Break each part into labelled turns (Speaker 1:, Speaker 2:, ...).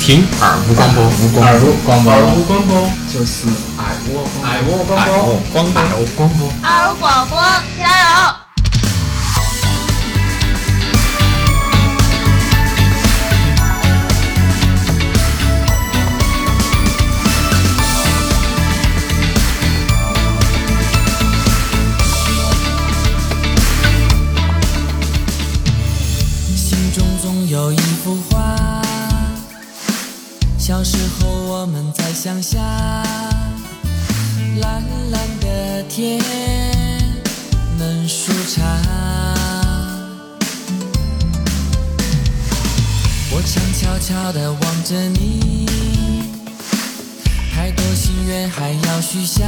Speaker 1: 平耳无光波，无光
Speaker 2: 耳无光波
Speaker 1: 耳无光波，
Speaker 2: 就是矮窝光
Speaker 1: 矮窝光波，光波，
Speaker 2: 窝光波。
Speaker 3: 二五广播，加油！
Speaker 4: 心中总有一幅画，小时候我们在乡下，蓝蓝的田们舒茶。我常悄悄地望着你，太多心愿还要许下。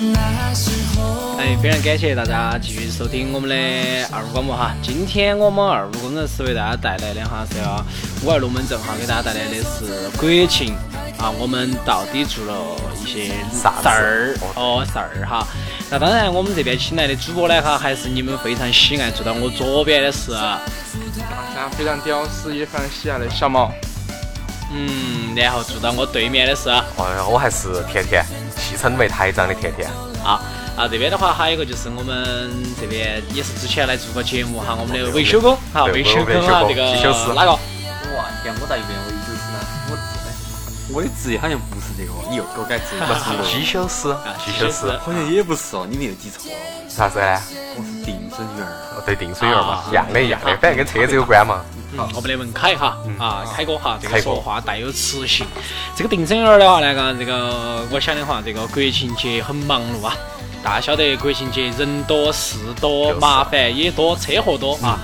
Speaker 4: 那时候。
Speaker 5: 哎，非常感谢大家继续收听我们的二五广播哈。今天我们二五工程师为大家带来的哈是要我爱龙门阵哈，给大家带来的是国庆啊，我们到底做了一些呃嗯
Speaker 6: 啥
Speaker 5: 事儿哦事儿哈。那当然，我们这边请来的主播呢哈，还是你们非常喜爱。坐到我左边的是，
Speaker 7: 大家非常屌丝也非常喜爱的小毛，
Speaker 5: 嗯，然后坐到我对面的是啊
Speaker 6: 哎，我还是甜甜，戏称为台长的甜甜。
Speaker 5: 啊这边的话还有一个就是我们这边也是之前来做过节目哈，我们的维修工哈，
Speaker 6: 对
Speaker 5: 维修
Speaker 6: 维
Speaker 5: 工
Speaker 6: 修
Speaker 5: 哈
Speaker 6: 工
Speaker 5: 这个
Speaker 6: 维修师
Speaker 5: 哪个？
Speaker 8: 哇天，我咋又变为九十呢？我我的职业好像不是这个，你又给我改职业
Speaker 6: 不是机修师，
Speaker 5: 啊
Speaker 6: 机修师，
Speaker 8: 好像也不是哦，你没有记错哦，
Speaker 6: 啥子呢？
Speaker 8: 我是定准员儿。
Speaker 6: 哦对，定水员嘛
Speaker 5: 啊，
Speaker 6: 一样的，一样的，反正跟车子有关嘛。
Speaker 5: 嗯，我们的文凯哈
Speaker 6: 嗯
Speaker 5: 啊，凯哥哈，这个
Speaker 6: 凯哥
Speaker 5: 说话带有磁性。这个定身儿的话，那个这个我想的话，这个国庆节很忙碌啊。大家晓得国庆节人多事多，
Speaker 6: 就是
Speaker 5: 麻烦也多，车祸多
Speaker 6: 嗯
Speaker 5: 啊。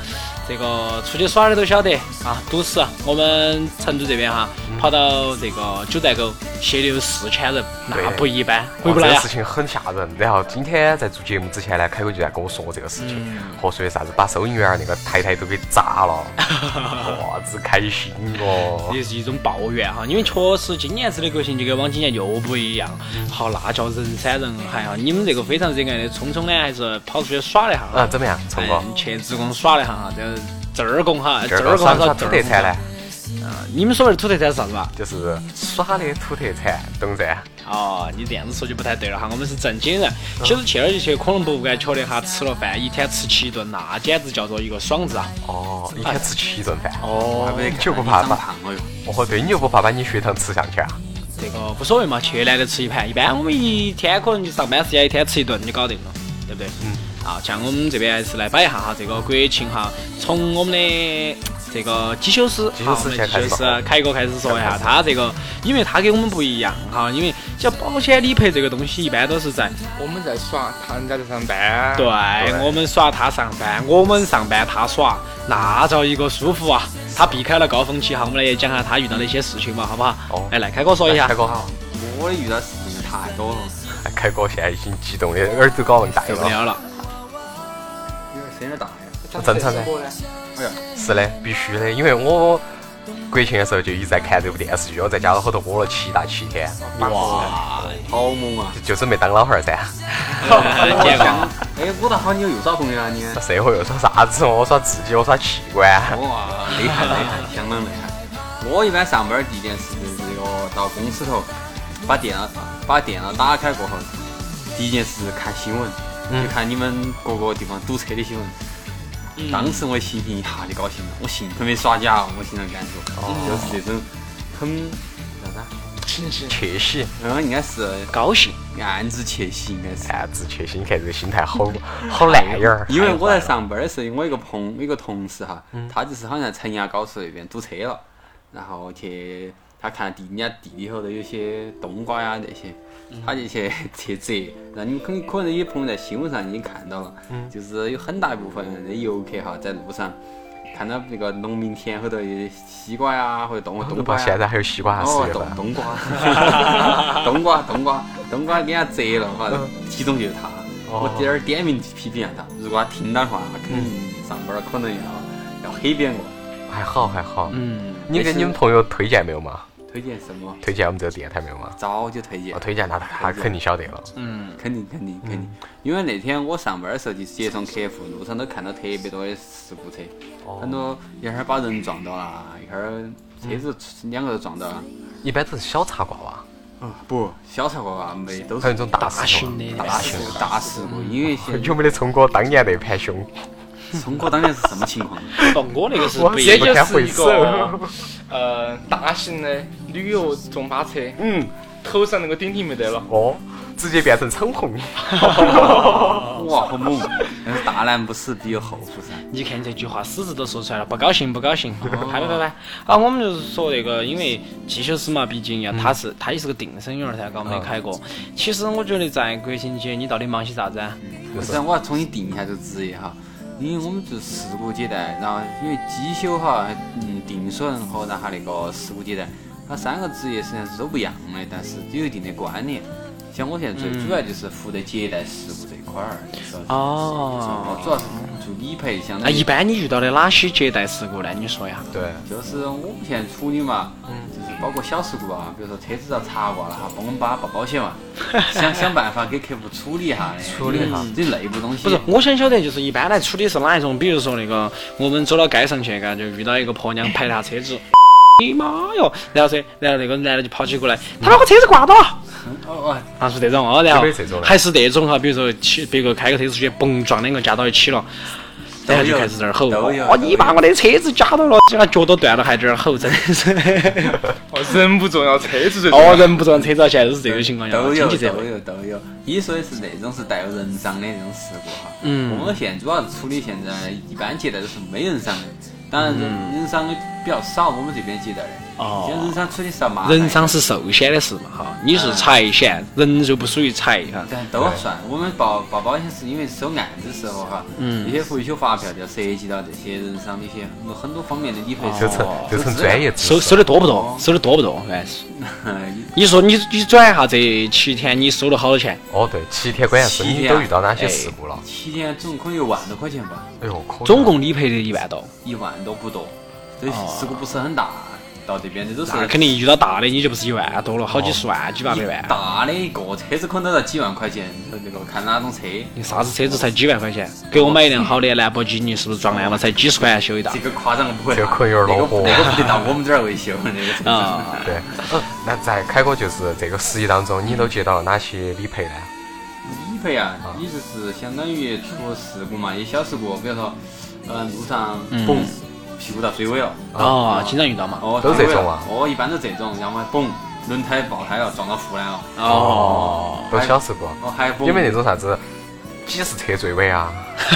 Speaker 5: 这个出去耍的都晓得啊，都是我们成都这边哈，
Speaker 6: 嗯
Speaker 5: 跑到这个九寨沟歇了有四千人，那
Speaker 6: 对
Speaker 5: 不一般，回
Speaker 6: 哇
Speaker 5: 不
Speaker 6: 这
Speaker 5: 来啊
Speaker 6: 个
Speaker 5: 呀
Speaker 6: 事。情很吓人。然后今天在做节目之前呢，凯哥就在跟我说这个事情，
Speaker 5: 嗯
Speaker 6: 和说的啥子把收银员儿那个台台都给 砸了，哇，子开心哦！
Speaker 5: 也是一种抱怨哈，因为确实今年子的国庆节跟往几年又不一样，好那叫人山人海哈。你们这个非常热爱的聪聪呢，还是跑出去耍了一下
Speaker 6: 啊，
Speaker 5: 哈，
Speaker 6: 怎么样，成哥？
Speaker 5: 嗯去职工耍了一下哈，这个这儿工哈，
Speaker 6: 今儿
Speaker 5: 儿
Speaker 6: 个
Speaker 5: 工
Speaker 6: 耍
Speaker 5: 还
Speaker 6: 不耍
Speaker 5: 是
Speaker 6: 土特产呢？？
Speaker 5: 啊，你们所谓的土特产是啥子吧？
Speaker 6: 就是耍的土特产，懂噻？
Speaker 5: 哦，你这样子说就不太对了哈，我们是正经人。
Speaker 6: 嗯
Speaker 5: 其实去了就去，可能不感觉得哈，吃了饭一天吃七顿，那简直叫做一个爽字啊！
Speaker 6: 哦，一天吃七顿饭。
Speaker 5: 哦
Speaker 6: 你就不怕
Speaker 8: 长
Speaker 6: 把
Speaker 8: 胖了哟？
Speaker 6: 哦，对，你又不怕把你血糖吃上去啊？
Speaker 5: 这个无所谓嘛，去难得吃一盘。一般我们一天可能就上班时间一天吃一顿就搞定了，对不对？
Speaker 6: 嗯。
Speaker 5: 啊，像我们这边还是来摆一下哈，这个国庆哈，从我们的这个机修师，
Speaker 6: 机修
Speaker 5: 好，
Speaker 6: 师
Speaker 5: 我们的
Speaker 6: 先
Speaker 5: 机
Speaker 6: 开
Speaker 5: 修
Speaker 6: 始
Speaker 5: 师
Speaker 6: 吧
Speaker 5: 凯哥开始说一
Speaker 6: 开
Speaker 5: 下
Speaker 6: 始
Speaker 5: 他这个，因为他跟我们不一样哈，因为像保险理赔这个东西一般都是在
Speaker 6: 啊
Speaker 7: 我们在耍，他人家在上班。
Speaker 5: 对，啊我们耍他上班，我们上班他耍，那叫一个舒服啊！他避开了高峰期哈，我们来也讲下他遇到的一些事情嘛，好不好？
Speaker 6: 哦
Speaker 5: 哎，来凯哥说一下
Speaker 6: 开。哥，
Speaker 8: 我遇到事情太多了，
Speaker 6: 哎开哥现在已经激动的耳朵搞忘带
Speaker 5: 受不
Speaker 6: 了。
Speaker 5: 了了，
Speaker 8: 因为声音大呀。
Speaker 6: 正常噻。是的，必须的，因为我国庆的时候就一直在看这部电视剧，我在家后头窝了七大七天，
Speaker 5: 哇！
Speaker 8: 好猛啊！
Speaker 6: 就准备当老汉儿噻。
Speaker 5: 结果
Speaker 8: 哎，我倒好，你又耍朋友啊你？
Speaker 6: 社会又耍啥子？哦我耍自己，我耍器官。
Speaker 8: 哇，厉害厉害，相当厉害。我一般上班第一件事就是这个到公司头，把电脑把电脑打开过后，第一件事看新闻，就看你们各个地方堵车的新闻。当时我心情一下就高兴了，我兴奋没耍假，我心头感觉、就是这种很啥子啊？
Speaker 6: 窃喜，
Speaker 8: 嗯，应该是
Speaker 5: 高兴。
Speaker 8: 暗自窃喜，应该是。
Speaker 6: 暗啊自窃喜，你看这个心态好好烂眼儿。
Speaker 8: 因为我在上班的时候，我有个朋有个同事哈，
Speaker 6: 嗯
Speaker 8: 他就是好像在城阳高速那边堵车了，然后去他看地人家地里头头有些冬瓜呀那些，
Speaker 6: 嗯
Speaker 8: 他就去去摘。那你们可可能有朋友在新闻上已经看到了，
Speaker 6: 嗯
Speaker 8: 就是有很大一部分的游客哈在路上看到那个农民田后头有西瓜呀或者冬冬
Speaker 6: 不
Speaker 8: 瓜
Speaker 6: 过
Speaker 8: 呀
Speaker 6: 现在还有西瓜，四
Speaker 8: 哦，
Speaker 6: 月份
Speaker 8: 冬。冬瓜，冬瓜，冬瓜，冬瓜给人家摘了，反正其中就是他。我点儿点名批评一下他，如果他听到的话，他肯定上班儿可能要要黑扁我。
Speaker 6: 还好还好。
Speaker 5: 嗯，
Speaker 6: 你给你们朋友推荐没有嘛？
Speaker 8: 推荐什么？
Speaker 6: 推荐我们这个电台没有吗？
Speaker 8: 早就推荐
Speaker 6: 我，推荐他，他肯定晓得了。
Speaker 5: 嗯，
Speaker 8: 肯定肯定肯定。因为那天我上班的时候去接送客户，路上都看到特别多的事故车，很多一会儿把人撞到啦，一会儿车子两个都撞到了。
Speaker 6: 一般都是小茶瓜吧，
Speaker 8: 啊不，小茶瓜吧，没都
Speaker 6: 还有
Speaker 8: 是
Speaker 6: 那种大事
Speaker 5: 型的
Speaker 6: 故，
Speaker 8: 大
Speaker 6: 大
Speaker 8: 事
Speaker 6: 型
Speaker 8: 故大事故，因为现
Speaker 6: 有没得冲哥当年那盘凶？
Speaker 8: 中国当年是什么情况？
Speaker 5: 动我那个是
Speaker 6: 我
Speaker 5: 不一
Speaker 6: 直
Speaker 7: 这
Speaker 6: 接不
Speaker 5: 样
Speaker 7: 就
Speaker 6: 堪
Speaker 7: 是
Speaker 6: 回
Speaker 7: 一
Speaker 6: 首
Speaker 7: 个呃大型的旅游中巴车，
Speaker 6: 嗯，
Speaker 7: 头上那个顶顶没得了，
Speaker 6: 哦，直接变成敞篷。
Speaker 5: 哦
Speaker 8: 哇，好猛！但是大难不死必有后福噻。
Speaker 5: 你看这句话，死字都说出来了，不高兴，不高兴，
Speaker 6: 哦
Speaker 5: 拍拍拍拍。好，啊我们就是说那个，因为汽修师嘛，毕竟
Speaker 6: 嗯
Speaker 5: 要他是他也是个定身员儿噻，刚没开
Speaker 6: 哦
Speaker 5: 过。其实我觉得在国庆节，你到底忙些啥子啊？
Speaker 6: 嗯
Speaker 8: 不是，我要重新定一下这个职业哈，因为我们做事故接待，然后因为机修哈，嗯，定损和然后那个事故接待，它三个职业实际上是都不一样的，但是有一定的关联。像我现在最主要就是负责接待事故这一块儿，是吧
Speaker 5: 哦
Speaker 8: 我主要是做理赔，相
Speaker 5: 那
Speaker 8: 当于
Speaker 5: 啊一般你遇到的哪些接待事故呢？你说呀？
Speaker 6: 对，
Speaker 8: 就是我们现在处理嘛，
Speaker 5: 嗯
Speaker 8: 就是包括小事故啊，比如说车子遭擦挂了哈，帮我们把它报保险嘛，想想办法给客户处理一下，处理一下这内部东西。嗯
Speaker 5: 不是，我想晓得，就是一般来处理是哪一种？比如说那个，我们走到街上去，嘎，就遇到一个婆娘拍她 车子，你妈哟！然后噻，然后那个男的就跑起过来，他把我车子刮到了。
Speaker 8: 哦
Speaker 5: 啊，是这种哦，然后
Speaker 6: 特别这种的
Speaker 5: 还是那种哈，比如说起别个开个车出去，嘣撞两个夹到一起了，然后就开始在那儿吼，
Speaker 8: 都有
Speaker 5: 哦，
Speaker 8: 都有
Speaker 5: 你把我的车子夹到了，结果脚都断了，还在那儿吼，真的是。
Speaker 7: 哦，人不重要，车子最重要。
Speaker 5: 哦，人不撞车子，现在都是这个情况下，
Speaker 8: 都
Speaker 5: 经
Speaker 8: 有
Speaker 5: 济社
Speaker 8: 都
Speaker 5: 会。
Speaker 8: 有都有。你说的是那种是带有人伤的那种事故哈？
Speaker 5: 嗯
Speaker 8: 我们现在主要是处理现在一般接待都是没人伤的，当然人人伤的比较少，我们这边接待的。
Speaker 5: 嗯哦
Speaker 8: 像人伤处理是要啊麻烦一点。
Speaker 5: 人伤是寿险的事嘛，哈，你是财险，人就不属于财哈。
Speaker 8: 但啊都要算。我们报报保险是因为收案子时候哈，
Speaker 5: 嗯
Speaker 8: 一些维修发票就涉及到这些人伤的一些很多很多方面的理赔，
Speaker 6: 哦
Speaker 8: 哦
Speaker 6: 就成就成专业
Speaker 5: 收
Speaker 6: 知识。
Speaker 5: 收的多不多？收的多不多？哎，你说你你转一下这七天，你收了好多钱？
Speaker 6: 哦，对，七天关键是
Speaker 8: 七
Speaker 6: 你
Speaker 8: 天啊
Speaker 6: 都遇到哪些事故了？
Speaker 8: 七啊天总共有万多块钱吧，
Speaker 6: 哎呦，可
Speaker 5: 总共理赔的一万多，
Speaker 8: 一万多不多，这
Speaker 5: 哦
Speaker 8: 事故不是很大，到这边的都是
Speaker 5: 那肯定遇到大的你就不是一万多了，好几十万、几八百万。
Speaker 8: 大的一个车子可能都要几万块钱，那个看哪种车。
Speaker 5: 你啥子车子才几万块钱？给我买一辆好的兰博基尼，是不是撞烂了才几十块钱修一道
Speaker 8: 这？个夸张不会啊，
Speaker 6: 这个可能有点
Speaker 8: 那
Speaker 6: 恼
Speaker 8: 个
Speaker 6: 火
Speaker 8: 那个 不得到我们这儿维修那个车子。
Speaker 5: 啊，
Speaker 6: 对，嗯，那在凯哥就是这个实际当中，你都接到了哪些理赔呢？
Speaker 8: 理赔啊，你就是相当于出了事故嘛，一小事故，比如说，嗯，路上嘣，屁股遭追尾了，
Speaker 5: 哦，经常遇到嘛。
Speaker 8: 哦，
Speaker 6: 都
Speaker 8: 追尾
Speaker 6: 这种啊
Speaker 8: 了哦，一般都这种，要么嘣，轮胎爆胎了，撞到护栏了，
Speaker 5: 哦，
Speaker 6: 都小事故，
Speaker 8: 哦，还有嘣，
Speaker 6: 有没有那种啥子几十车追尾啊？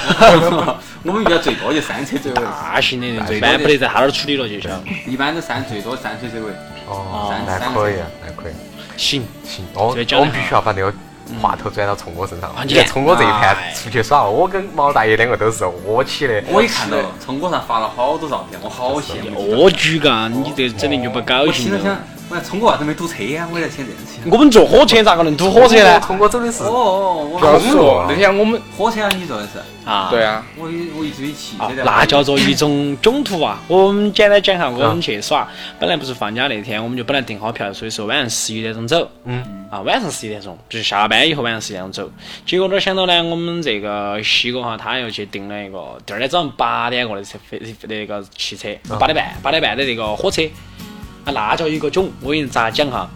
Speaker 8: 我们遇到最多就三车追尾，
Speaker 5: 大型的那种，一般不得在他那儿处理了就行。
Speaker 8: 一般都三最多三车追尾，
Speaker 6: 哦，
Speaker 8: 三
Speaker 6: 那
Speaker 8: 三
Speaker 6: 可以
Speaker 8: 车，
Speaker 6: 那可以。
Speaker 5: 行，
Speaker 6: 行，哦，
Speaker 5: 这交
Speaker 6: 我
Speaker 5: 代
Speaker 6: 们必须要把那个
Speaker 8: 嗯
Speaker 6: 话头转到聪哥身上
Speaker 5: 啊。
Speaker 6: 你
Speaker 5: 你
Speaker 6: 看
Speaker 5: 看
Speaker 6: 聪哥这一盘
Speaker 5: 哎
Speaker 6: 出去耍了，我跟毛大爷两个都是窝起的。
Speaker 8: 我一看到从我上发了好多照片，我好羡慕。
Speaker 5: 蜗居哦嘎，你这整的就不高
Speaker 8: 我
Speaker 5: 兴
Speaker 8: 心头想
Speaker 5: 了。，
Speaker 8: 我看中国为啥子没堵车呀？我在想这个事情。
Speaker 5: 我们坐火车咋个能堵火车呢？
Speaker 6: 聪哥走的是
Speaker 8: 哦哦，
Speaker 7: 不要
Speaker 8: 我
Speaker 7: 说那天我们
Speaker 8: 火车啊，你坐的是？
Speaker 5: 啊，
Speaker 7: 对啊，
Speaker 8: 我以我一直以为汽
Speaker 5: 啊
Speaker 8: 车的。，
Speaker 5: 那叫做一种囧 途啊！我们简单讲
Speaker 6: 啊
Speaker 5: 一下，我们去耍，本来不是放假那天，我们就本来订好票，所以说晚上十一点钟走。
Speaker 6: 嗯。
Speaker 5: 啊，晚上十一点钟，就是下班以后晚上十一点钟走。结果哪儿想到呢？我们这个西哥哈，他又去订了一个第二天早上八点过的车飞那个汽车，
Speaker 6: 啊
Speaker 5: 八点半八点半的那个火车。啊，那叫一个囧！我跟你咋讲哈？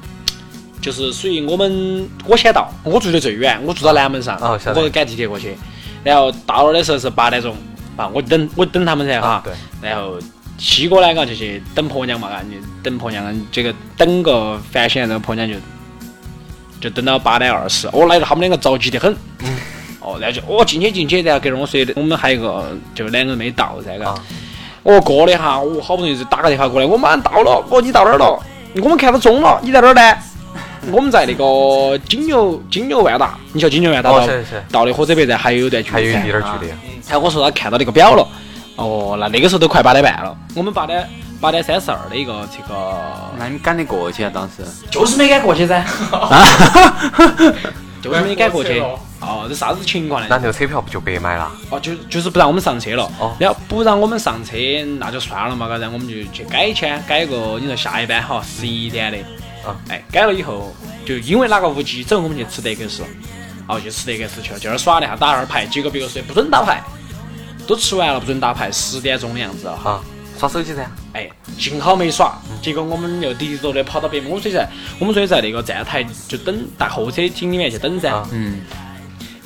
Speaker 5: 就是属于我们，我先到，我住的最远，我住到南门上，
Speaker 6: 哦晓得
Speaker 5: 我赶地铁过去，然后到那儿的时候是八点钟，啊，我等我等他们噻哈，
Speaker 6: 啊对，
Speaker 5: 然后西哥呢，嘎就去等婆娘嘛，嘎你等婆娘，这个等个烦醒，然后婆娘就就等到八点二十，哦，来了他们两个着急得很。哦，然后就哦进去进去，然后跟着我说的，我们还有一个就两个人没到噻，嘎、
Speaker 6: 啊
Speaker 5: 我过的哈，我好不容易就打个电话过来，我马上到了，哦，你到哪儿了？我们看到钟了，你在哪儿呢？我们在那个金牛金牛万达，你晓得金牛万达
Speaker 6: 哦
Speaker 5: 到
Speaker 6: 是嗯是
Speaker 5: 到的火车北站还有一段距
Speaker 6: 还有
Speaker 5: 离
Speaker 6: 一
Speaker 5: 噻
Speaker 6: 点点距离。
Speaker 5: 然后我说他看到那个表了，哦，那那个时候都快八点半了，我们八点八点三十二的一个这个，
Speaker 8: 那你赶得过去啊？当时
Speaker 5: 啊 就是没赶过去噻，就是没赶过去，哦，这啥子情况
Speaker 6: 那
Speaker 5: 呢？
Speaker 6: 那个车票不就白买了？
Speaker 5: 哦，就就是不让我们上车了。
Speaker 6: 哦
Speaker 5: 然后不让我们上车，那就算了嘛，嘎，然后我们就去改签，改个你说下一班哈，十一点的。
Speaker 6: 啊
Speaker 5: 哎，改了以后，就因为哪个无稽，走，我们去吃德克士，哦，去吃德克士去了，就那儿耍的，还打哈儿牌，结果别个说不准打牌，都吃完了不准打牌，十点钟的样子了哈。
Speaker 6: 啊，耍手机噻。
Speaker 5: 哎，幸好没耍，
Speaker 6: 嗯
Speaker 5: 结果我们又滴滴答的跑到别个，我们所以在，我们所以在那个站台就等搭候车厅里面去等噻
Speaker 6: 啊，
Speaker 8: 嗯，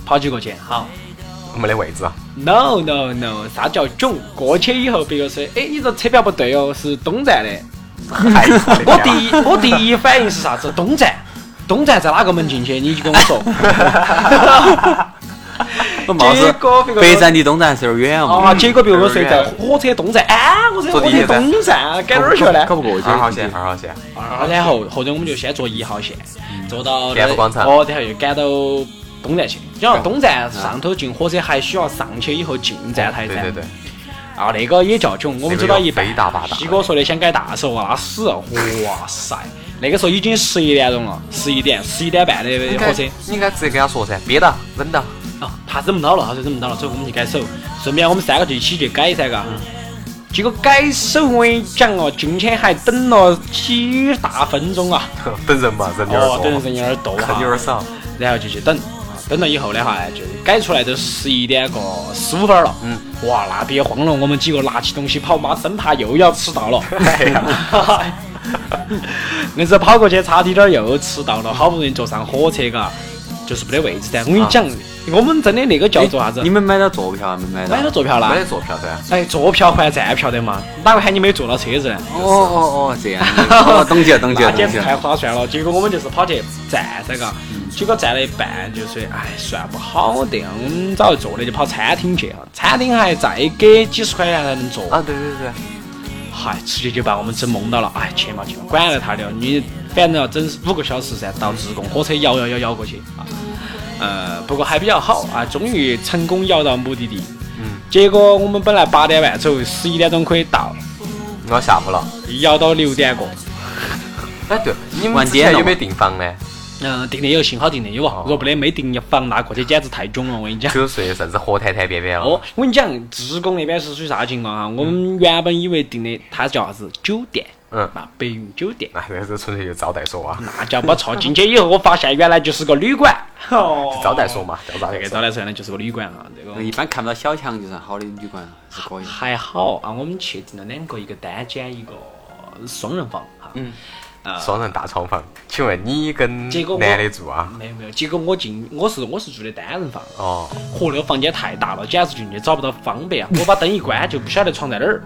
Speaker 5: 跑几个去，好。
Speaker 6: 没得位置啊，
Speaker 5: No no no，啥叫囧？过去以后，别个说，哎，你这车票不对哦，是东站的。
Speaker 6: 太可 怜了
Speaker 5: 我第一，我第一反应是啥子？东站，东站在哪个门进去？你就跟我说。
Speaker 8: 我貌似
Speaker 5: 结果别个
Speaker 8: 北站离东站是有点远哦。
Speaker 5: 啊，结果别个说
Speaker 8: 有
Speaker 5: 在
Speaker 8: 点
Speaker 5: 火车东站，哎，我说
Speaker 6: 坐
Speaker 5: 火
Speaker 6: 地铁
Speaker 5: 车东站，改哪儿去啊
Speaker 8: 远
Speaker 5: 了
Speaker 8: 搞？不过去。啊
Speaker 6: 二号线，二号线，
Speaker 5: 然后后头我们就先坐一号线，坐到
Speaker 6: 天安门广场哦啊
Speaker 5: 哦，然后又赶到东站去。然后东站上头进火车还需要上去以后进站台
Speaker 6: 哦对
Speaker 5: 站。
Speaker 6: 对对，
Speaker 5: 啊，那个也叫囧，我们走到一半
Speaker 6: 那个肥大巴，大
Speaker 5: 西哥说的想改大手啊，那死了，哇塞！那个时候已经十一点钟了，十一点十一点半的
Speaker 6: 你应
Speaker 5: 火
Speaker 6: 该
Speaker 5: 车
Speaker 6: 你应该直接跟他说噻，憋到，忍 到，
Speaker 5: 啊，他忍不到了，他说忍不到了，走，我们去改手，顺便我们三个就一起去改噻，嘎。嗯结果改手，我跟你讲哦，今天还等了几大分钟啊！
Speaker 6: 等人嘛，人有
Speaker 5: 哦，等
Speaker 6: 点
Speaker 5: 人
Speaker 6: 多，
Speaker 5: 有点多
Speaker 6: 人
Speaker 5: 哈
Speaker 6: 有，点少，
Speaker 5: 然后就去等，啊等了以后的话，就改出来都十一点个十五分了。
Speaker 6: 嗯，
Speaker 5: 哇，那别慌了，我们几个拿起东西跑，妈生怕又要迟到了。
Speaker 6: 哎呀，
Speaker 5: 硬是跑过去，差滴点儿又迟到了，好不容易坐上火车，嘎，就是没得位置噻。我跟你讲，我们真的那个叫做啥子
Speaker 8: 啊你？们买到坐票没买到？
Speaker 5: 哎买了坐票啦
Speaker 6: 没？得坐票噻，
Speaker 5: 哎，坐票换站票的嘛，哪个喊你没坐到车子呢？
Speaker 8: 哦哦哦，这样。哦，懂起了，懂 起
Speaker 5: 那
Speaker 8: 了，
Speaker 5: 简
Speaker 8: 懂起
Speaker 5: 直太
Speaker 8: 了。
Speaker 5: 划算了。结果我们就是跑去站噻，嘎，结果站了一半就说，哎，算不好的，我们早就坐的就跑餐厅去哈，餐厅还再给几十块钱才能坐。
Speaker 6: 啊，对对对，
Speaker 5: 嗨，直接就把我们整懵到了。哎，去嘛去嘛，管了他的，你反正要整五个小时噻，到自贡火车摇摇摇摇过去啊。呃，不过还比较好啊，终于成功摇到目的地。
Speaker 6: 嗯。
Speaker 5: 结果我们本来八点半走，十一点钟可以到，
Speaker 6: 我下午了，
Speaker 5: 摇到六点过。
Speaker 6: 哎对，你们
Speaker 8: 晚
Speaker 6: 之
Speaker 8: 点
Speaker 6: 前
Speaker 8: 了
Speaker 6: 有没有
Speaker 8: 嘛
Speaker 6: 订房呢？
Speaker 5: 嗯，订的有，幸好订的有啊
Speaker 6: 哦。
Speaker 5: 如果不得没订房，那过去简直太囧啊了，我跟你讲。
Speaker 6: 就睡甚至河滩滩边边
Speaker 5: 哦
Speaker 6: 了，，
Speaker 5: 我跟你讲，自贡那边是属于啥情况啊？我们原本以为订的它叫啥子酒店，
Speaker 6: 嗯，
Speaker 5: 啊，白云酒店。
Speaker 6: 那哎这个纯粹就招待所啊，
Speaker 5: 那叫不错。进去以后，我发现原来就是个旅馆。
Speaker 6: 就 招待所嘛，叫哦招
Speaker 5: 这
Speaker 6: 待
Speaker 5: 个
Speaker 6: 所
Speaker 5: 招。待所呢就是个旅馆啊哈，这个
Speaker 8: 一般看不到小强就算好的旅馆是可以。
Speaker 5: 还好啊。我们去订了两个，一个单间，一个双人房哈。嗯。啊，
Speaker 6: 双人大床房，请问你跟
Speaker 5: 结果我
Speaker 6: 男的住啊？
Speaker 5: 没有没有，结果我进我是我是住的单人房，
Speaker 6: 哦，
Speaker 5: 嚯，那个房间太大了，简直进去找不到方便啊！我把灯一关就不晓得床在哪儿，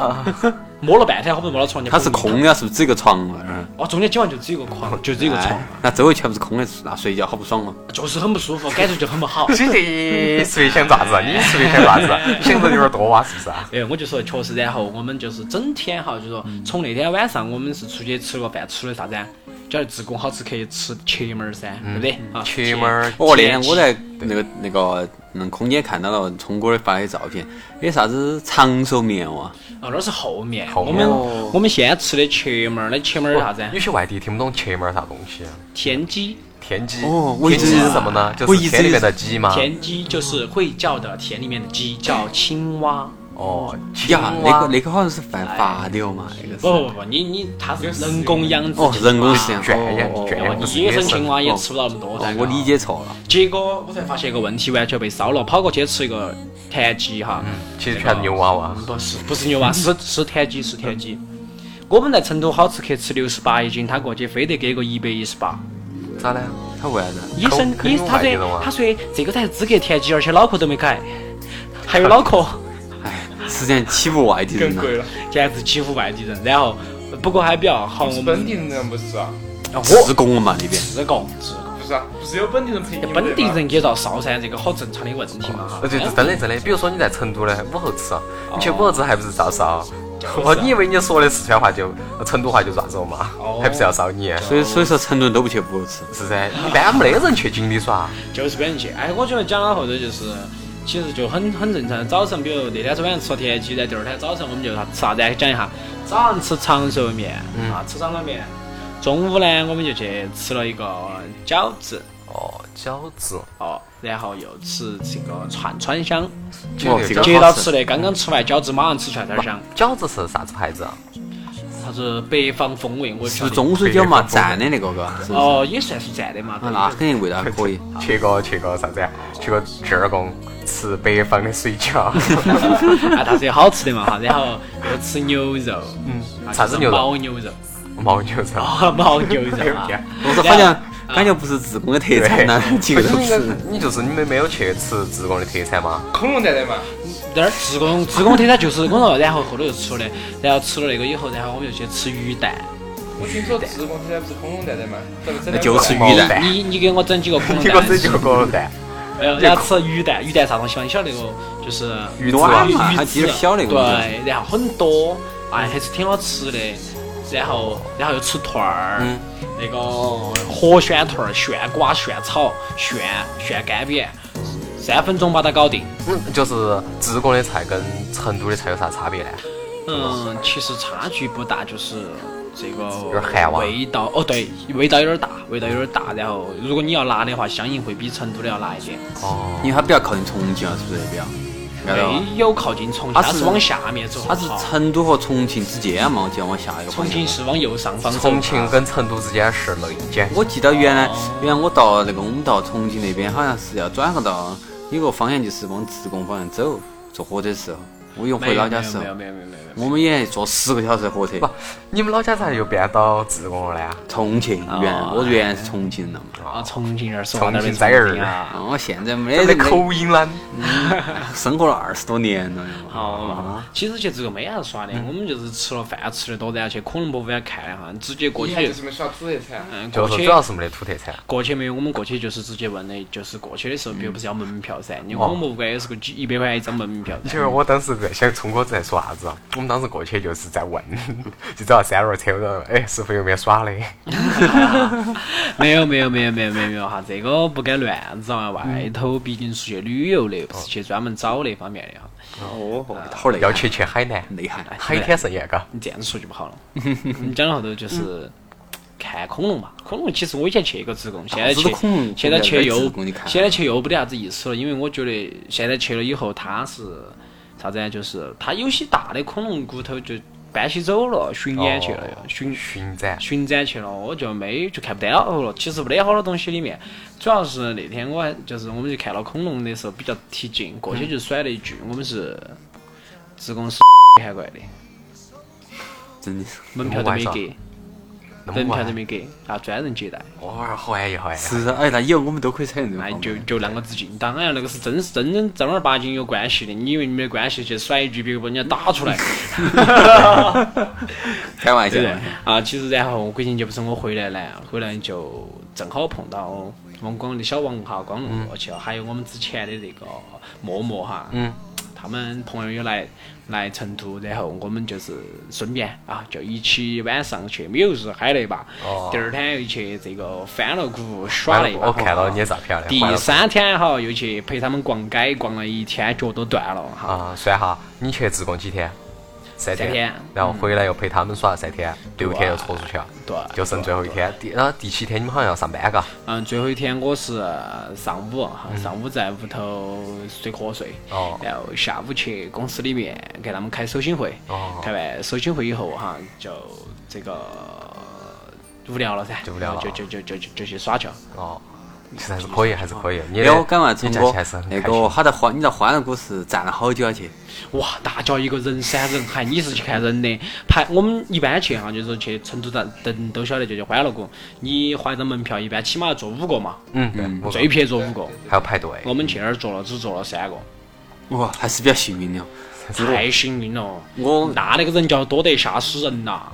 Speaker 5: 摸了半天好不容易摸到床就
Speaker 8: 它是空，的，是不是只有一个床嘛？嗯。
Speaker 5: 哦，中间今晚就只有一个床，就只有一个床
Speaker 8: 哎，那周围全部是空的，那睡觉好不爽哦。
Speaker 5: 就是很不舒服，感觉就很不好。
Speaker 6: 姐姐，随便想咋子啊？你随便想咋子啊？想的有点多哇，是不是 啊？
Speaker 5: 哎，我就说确实，然后我们就是整天哈，就说
Speaker 8: 嗯
Speaker 5: 从那天晚上我们是出去吃了个饭，吃的啥子啊？叫自贡好吃客吃茄门儿噻，对不对？啊，
Speaker 6: 切门儿，
Speaker 8: 哦，那天我在那个那个嗯空间看到了聪哥的发的照片，有啥子长寿啊面哇？
Speaker 5: 哦，那是后面，
Speaker 6: 后
Speaker 5: 我
Speaker 6: 面
Speaker 5: 们
Speaker 8: 哦
Speaker 5: 我们先吃的茄门儿，那茄门儿啥子啊？
Speaker 6: 有些哦外地听不懂切门儿啥东西啊。
Speaker 5: 天鸡，
Speaker 6: 田鸡
Speaker 8: 哦我一
Speaker 6: 田
Speaker 8: 直
Speaker 6: 鸡是什么呢？就
Speaker 8: 我
Speaker 6: 是
Speaker 8: 一直
Speaker 6: 田里面的鸡吗？
Speaker 5: 田鸡就是会叫的田里面的鸡，叫青蛙。
Speaker 6: 哦，青
Speaker 8: 呀
Speaker 6: 蛙，
Speaker 8: 那个那个好像是犯法的哦嘛，那个
Speaker 5: 不
Speaker 8: 是。
Speaker 5: 不不，你你它是人工养殖
Speaker 8: 哦，人工饲养，
Speaker 6: 圈
Speaker 8: 哦哦
Speaker 6: 养圈
Speaker 8: 哦
Speaker 6: 养
Speaker 8: 哦
Speaker 6: 不是
Speaker 5: 野
Speaker 6: 野
Speaker 5: 生青
Speaker 6: 生。
Speaker 5: 蛙也
Speaker 8: 哦
Speaker 5: 吃不到那么多噻。
Speaker 8: 哦，我理解错了。
Speaker 5: 结果我才发现一个问题，完全被烧了，跑过去吃一个田鸡哈。
Speaker 8: 嗯
Speaker 6: 其实全是牛娃娃，
Speaker 5: 不是不是牛蛙，是是田鸡，是田
Speaker 8: 嗯
Speaker 5: 鸡。我们在成都好吃客吃六十八一斤，他过去非得给个一百一十八。
Speaker 6: 咋了？
Speaker 8: 他为啥子？
Speaker 5: 医生，
Speaker 6: 口
Speaker 5: 医
Speaker 6: 口
Speaker 5: 他
Speaker 6: 外地人
Speaker 5: 说
Speaker 6: 啊
Speaker 5: 他说这个才是资格田鸡，而且脑壳都没 改，还有脑壳，
Speaker 8: 哎，实际上欺负外地人
Speaker 7: 更
Speaker 8: 呐。
Speaker 7: 贵了，
Speaker 5: 简直欺负外地人。然后不过还比较好，我
Speaker 7: 是
Speaker 5: 们
Speaker 7: 本地人不是啊？
Speaker 5: 啊我
Speaker 8: 自贡嘛那边，
Speaker 5: 自贡自贡，
Speaker 7: 不是啊，不是有本地人配音
Speaker 5: 本地人也遭烧噻，这个好正常的问题嘛。
Speaker 8: 哦
Speaker 5: 哎
Speaker 6: 呃，对，真的真的，比如说你在成都的武侯祠，啊你去武侯祠还不是照烧？哦，你以为你说的四川话就成都话就咋子嘛？还不是要烧你？啊
Speaker 8: 所以所以说成都人都不去不吃。
Speaker 6: 是噻，一般没得人去锦里耍。
Speaker 5: 就是跟人去。哎，我觉得讲到后头就是，其实就很很正常。早上，比如那天晚上吃了田鸡，然后第二天早上我们就啥吃啥子啊？讲一下，早上吃长寿面、
Speaker 6: 嗯
Speaker 5: 啊，吃长寿面。中午呢，我们就去吃了一个饺子，
Speaker 6: 哦，饺子，
Speaker 5: 哦，然后又吃这个串串香，
Speaker 8: 哦这个
Speaker 5: 接到
Speaker 8: 好
Speaker 5: 吃的，刚刚吃完饺子，马上吃串串香，
Speaker 6: 饺子是啥子牌子啊？
Speaker 5: 啥子北方风味，我
Speaker 8: 是
Speaker 5: 晓
Speaker 8: 不
Speaker 5: 得
Speaker 8: 是。中水饺嘛蘸的那个嘎？是不是？
Speaker 5: 哦，也算是蘸的嘛，对
Speaker 8: 啊那肯定味道还可以。
Speaker 6: 去过去过啥子呀？去过志儿宫吃北方的水 饺，
Speaker 5: 啊，它是有好吃的嘛哈，然后又吃牛肉，嗯，
Speaker 6: 啥子牛肉
Speaker 5: 牦牛肉，
Speaker 6: 牦牛肉。
Speaker 8: 哦
Speaker 5: 啊，牦牛 肉啊
Speaker 6: 哎呦天，
Speaker 8: 我说好像感觉不是自贡的特产呐，几
Speaker 6: 不
Speaker 8: 个
Speaker 6: 是
Speaker 8: 都
Speaker 6: 你
Speaker 8: 吃。
Speaker 6: 们，你就是你们没有去吃自贡的特产吗？
Speaker 7: 恐龙蛋蛋嘛，
Speaker 5: 那儿自贡自贡特产就是我说，然后后头又出来，然后吃了那个以后，然后我们就去吃鱼蛋。
Speaker 7: 我听说自贡现在不是恐龙蛋蛋嘛，这不
Speaker 8: 那就是
Speaker 6: 毛
Speaker 8: 鱼蛋，
Speaker 5: 你 你给我整几个恐龙
Speaker 6: 你个
Speaker 5: 蛋
Speaker 6: 这，就过了蛋，
Speaker 5: 哎呦，然后吃鱼蛋，鱼蛋啥东西嘛？你晓得那个就是
Speaker 6: 鱼子
Speaker 8: 卵嘛，
Speaker 5: 鱼
Speaker 8: 还
Speaker 5: 子
Speaker 8: 鸡点小那个东西。
Speaker 5: 对，然后很多，哎，还是挺好吃的。然后，然后又吃兔儿，
Speaker 8: 嗯
Speaker 5: 那个活旋兔儿、旋瓜、旋草、旋旋干煸，三分钟把它搞定。
Speaker 6: 嗯，就是自贡的菜跟成都的菜有啥差别呢？
Speaker 5: 嗯，其实差距不大，就是这
Speaker 6: 点咸
Speaker 5: 个
Speaker 6: 哇
Speaker 5: 味道哦，对，味道有点大，味道有点大。然后，如果你要辣的话，相应会比成都的要辣一点。
Speaker 6: 哦
Speaker 8: 因为它比较靠近重庆啊，是不是？比较，晓得吧
Speaker 5: 没有靠近重庆，
Speaker 8: 它
Speaker 5: 它
Speaker 8: 是
Speaker 5: 是往下面走。
Speaker 8: 它是
Speaker 5: 好
Speaker 8: 成都和重庆之间嘛，我记得往下一个方
Speaker 5: 重
Speaker 8: 向
Speaker 5: 庆。是往右上方走。
Speaker 6: 重庆跟成都之间是内江，
Speaker 8: 我记得原来原来我到那个我们到重庆那边，好像是要转个到有个方向，就是往自贡方向走，坐火车时候，我用
Speaker 5: 没
Speaker 8: 回
Speaker 5: 有
Speaker 8: 老家时候
Speaker 5: 没有，没有没有没有没有。
Speaker 8: 我们也坐十个小时的火车
Speaker 6: 不。，你们老家咋又变到自贡了呢？
Speaker 8: 重庆原来
Speaker 5: 哦
Speaker 8: 我原来是重庆人嘛，
Speaker 5: 啊，重庆人说话
Speaker 6: 重
Speaker 5: 哪
Speaker 6: 庆
Speaker 5: 里
Speaker 6: 崽儿
Speaker 5: 啊？
Speaker 8: 我现在没
Speaker 6: 这
Speaker 8: 得
Speaker 6: 个口音呢？
Speaker 8: 生活了二十多年了。
Speaker 5: 好嘛，哦
Speaker 6: 啊
Speaker 5: 其实去这个没啥子耍的，
Speaker 6: 嗯
Speaker 5: 我们就是吃了饭吃的多，然后去恐龙博物馆看了哈，直接过
Speaker 7: 你还
Speaker 5: 去
Speaker 7: 有，什么小资特产？
Speaker 5: 嗯，
Speaker 6: 就
Speaker 5: 过
Speaker 6: 是主
Speaker 5: 去。
Speaker 6: 要是没得土特产。
Speaker 5: 过去没有，我们过去就是直接问的，就是过去的时候，比如不是要门
Speaker 6: 哦
Speaker 5: 票噻，你恐龙博物馆也是个几一百块一张门票，
Speaker 6: 其实我当时在想，聪哥在说啥子啊？我们当时过去就是在问， 就找三轮车，我说：“哎，师傅有没有耍的？”
Speaker 5: 没有没有没有没有没有没有哈，这个不该乱找啊，
Speaker 6: 嗯
Speaker 5: 外头毕竟是去旅游的，
Speaker 6: 哦
Speaker 5: 不是去专门找那方面的哈，
Speaker 8: 哦，好厉
Speaker 6: 要
Speaker 8: 害，
Speaker 6: 去去海南，
Speaker 8: 厉害！
Speaker 6: 海天盛宴，嘎。
Speaker 5: 你这样子说就不好了。 你讲到后头就是看恐龙嘛，恐龙其实我以前去过自贡，现在
Speaker 8: 到处
Speaker 5: 去
Speaker 8: 都恐龙
Speaker 5: 现在去
Speaker 8: 我在
Speaker 5: 又
Speaker 8: 自贡你看
Speaker 5: 现在去又不得啥子意思了，因为我觉得现在去了以后，它是啥子呢？啊就是它有些大的恐龙骨头就搬起走了，巡演去了
Speaker 6: 哦，
Speaker 5: 巡
Speaker 6: 巡展，
Speaker 5: 巡展去了，我就没就看不得了了。其实没得好多东西里面，主要是那天我还就是我们去看到恐龙的时候比较提劲，过去就甩了一句，我们是自贡是 韩国来的，
Speaker 8: 真的是
Speaker 5: 门票都没给，
Speaker 6: 那
Speaker 5: 门
Speaker 6: 么
Speaker 5: 票都
Speaker 6: 晚，
Speaker 5: 没给，啊，专人接待，
Speaker 6: 哇，好安逸，好安逸。
Speaker 8: 是啊，哎，那以后我们都可以采用这
Speaker 5: 那
Speaker 8: 种
Speaker 5: 就就啷个致敬。当然，那个是真是真正正儿八经有关系的，你以为你没关系去甩一句，别个把人家打出来，
Speaker 8: 开玩笑
Speaker 5: 对不，对？啊，其实然后国庆节不是我回来呢，回来就正好碰到王光的小王哈，光
Speaker 6: 嗯
Speaker 5: 荣过去了，还有我们之前的那个默默哈，嗯，他们朋友也来来成都，然后我们就是顺便啊，就一起晚上去没有日嗨了一把，
Speaker 6: 哦
Speaker 5: 第二天又去这个翻了谷耍
Speaker 6: 完
Speaker 5: 了一
Speaker 6: 了，
Speaker 5: 把，啊
Speaker 6: 我看到你的照片了。
Speaker 5: 第
Speaker 6: 完了
Speaker 5: 三天哈，又去陪他们逛街，逛了一天，脚都断了哈。
Speaker 6: 啊，算哈，你去自贡几天？三
Speaker 5: 三天嗯
Speaker 6: 然后回来又陪他们耍了三天，六天又戳出去了，
Speaker 5: 对
Speaker 6: 就剩最后一天。第然后第七天你们好像要上班，嘎。
Speaker 5: 嗯，最后一天我是上午哈，上午在屋头睡瞌睡，
Speaker 6: 哦
Speaker 5: 然后下午去公司里面给他们开手心会，
Speaker 6: 哦
Speaker 5: 开完手心会以后哈，就这个无聊了噻，
Speaker 6: 就无聊了
Speaker 5: 就就就就就就去耍去了。
Speaker 6: 哦，其实还是可以，还是可以。你
Speaker 8: 哎，我刚完聪
Speaker 6: 你假期
Speaker 8: 哥
Speaker 6: 还是很，
Speaker 8: 那
Speaker 6: 开
Speaker 8: 个
Speaker 6: 心。
Speaker 8: 他在欢你在欢乐谷是站了好久啊去？
Speaker 5: 哇，大家一个人山人海，你是去看人的排。我们一般去哈，就是说去成都站等都晓得，就去欢乐谷。你换一张门票，一般起码要坐五个嘛，
Speaker 6: 嗯，对，我
Speaker 5: 最便宜坐五个。
Speaker 6: 还要排队。
Speaker 5: 我们去那儿坐了，只坐了三个，
Speaker 8: 哇，还是比较幸运的。哦
Speaker 5: 太幸运了。哦
Speaker 8: 我
Speaker 5: 那那个人叫多得吓死人呐、啊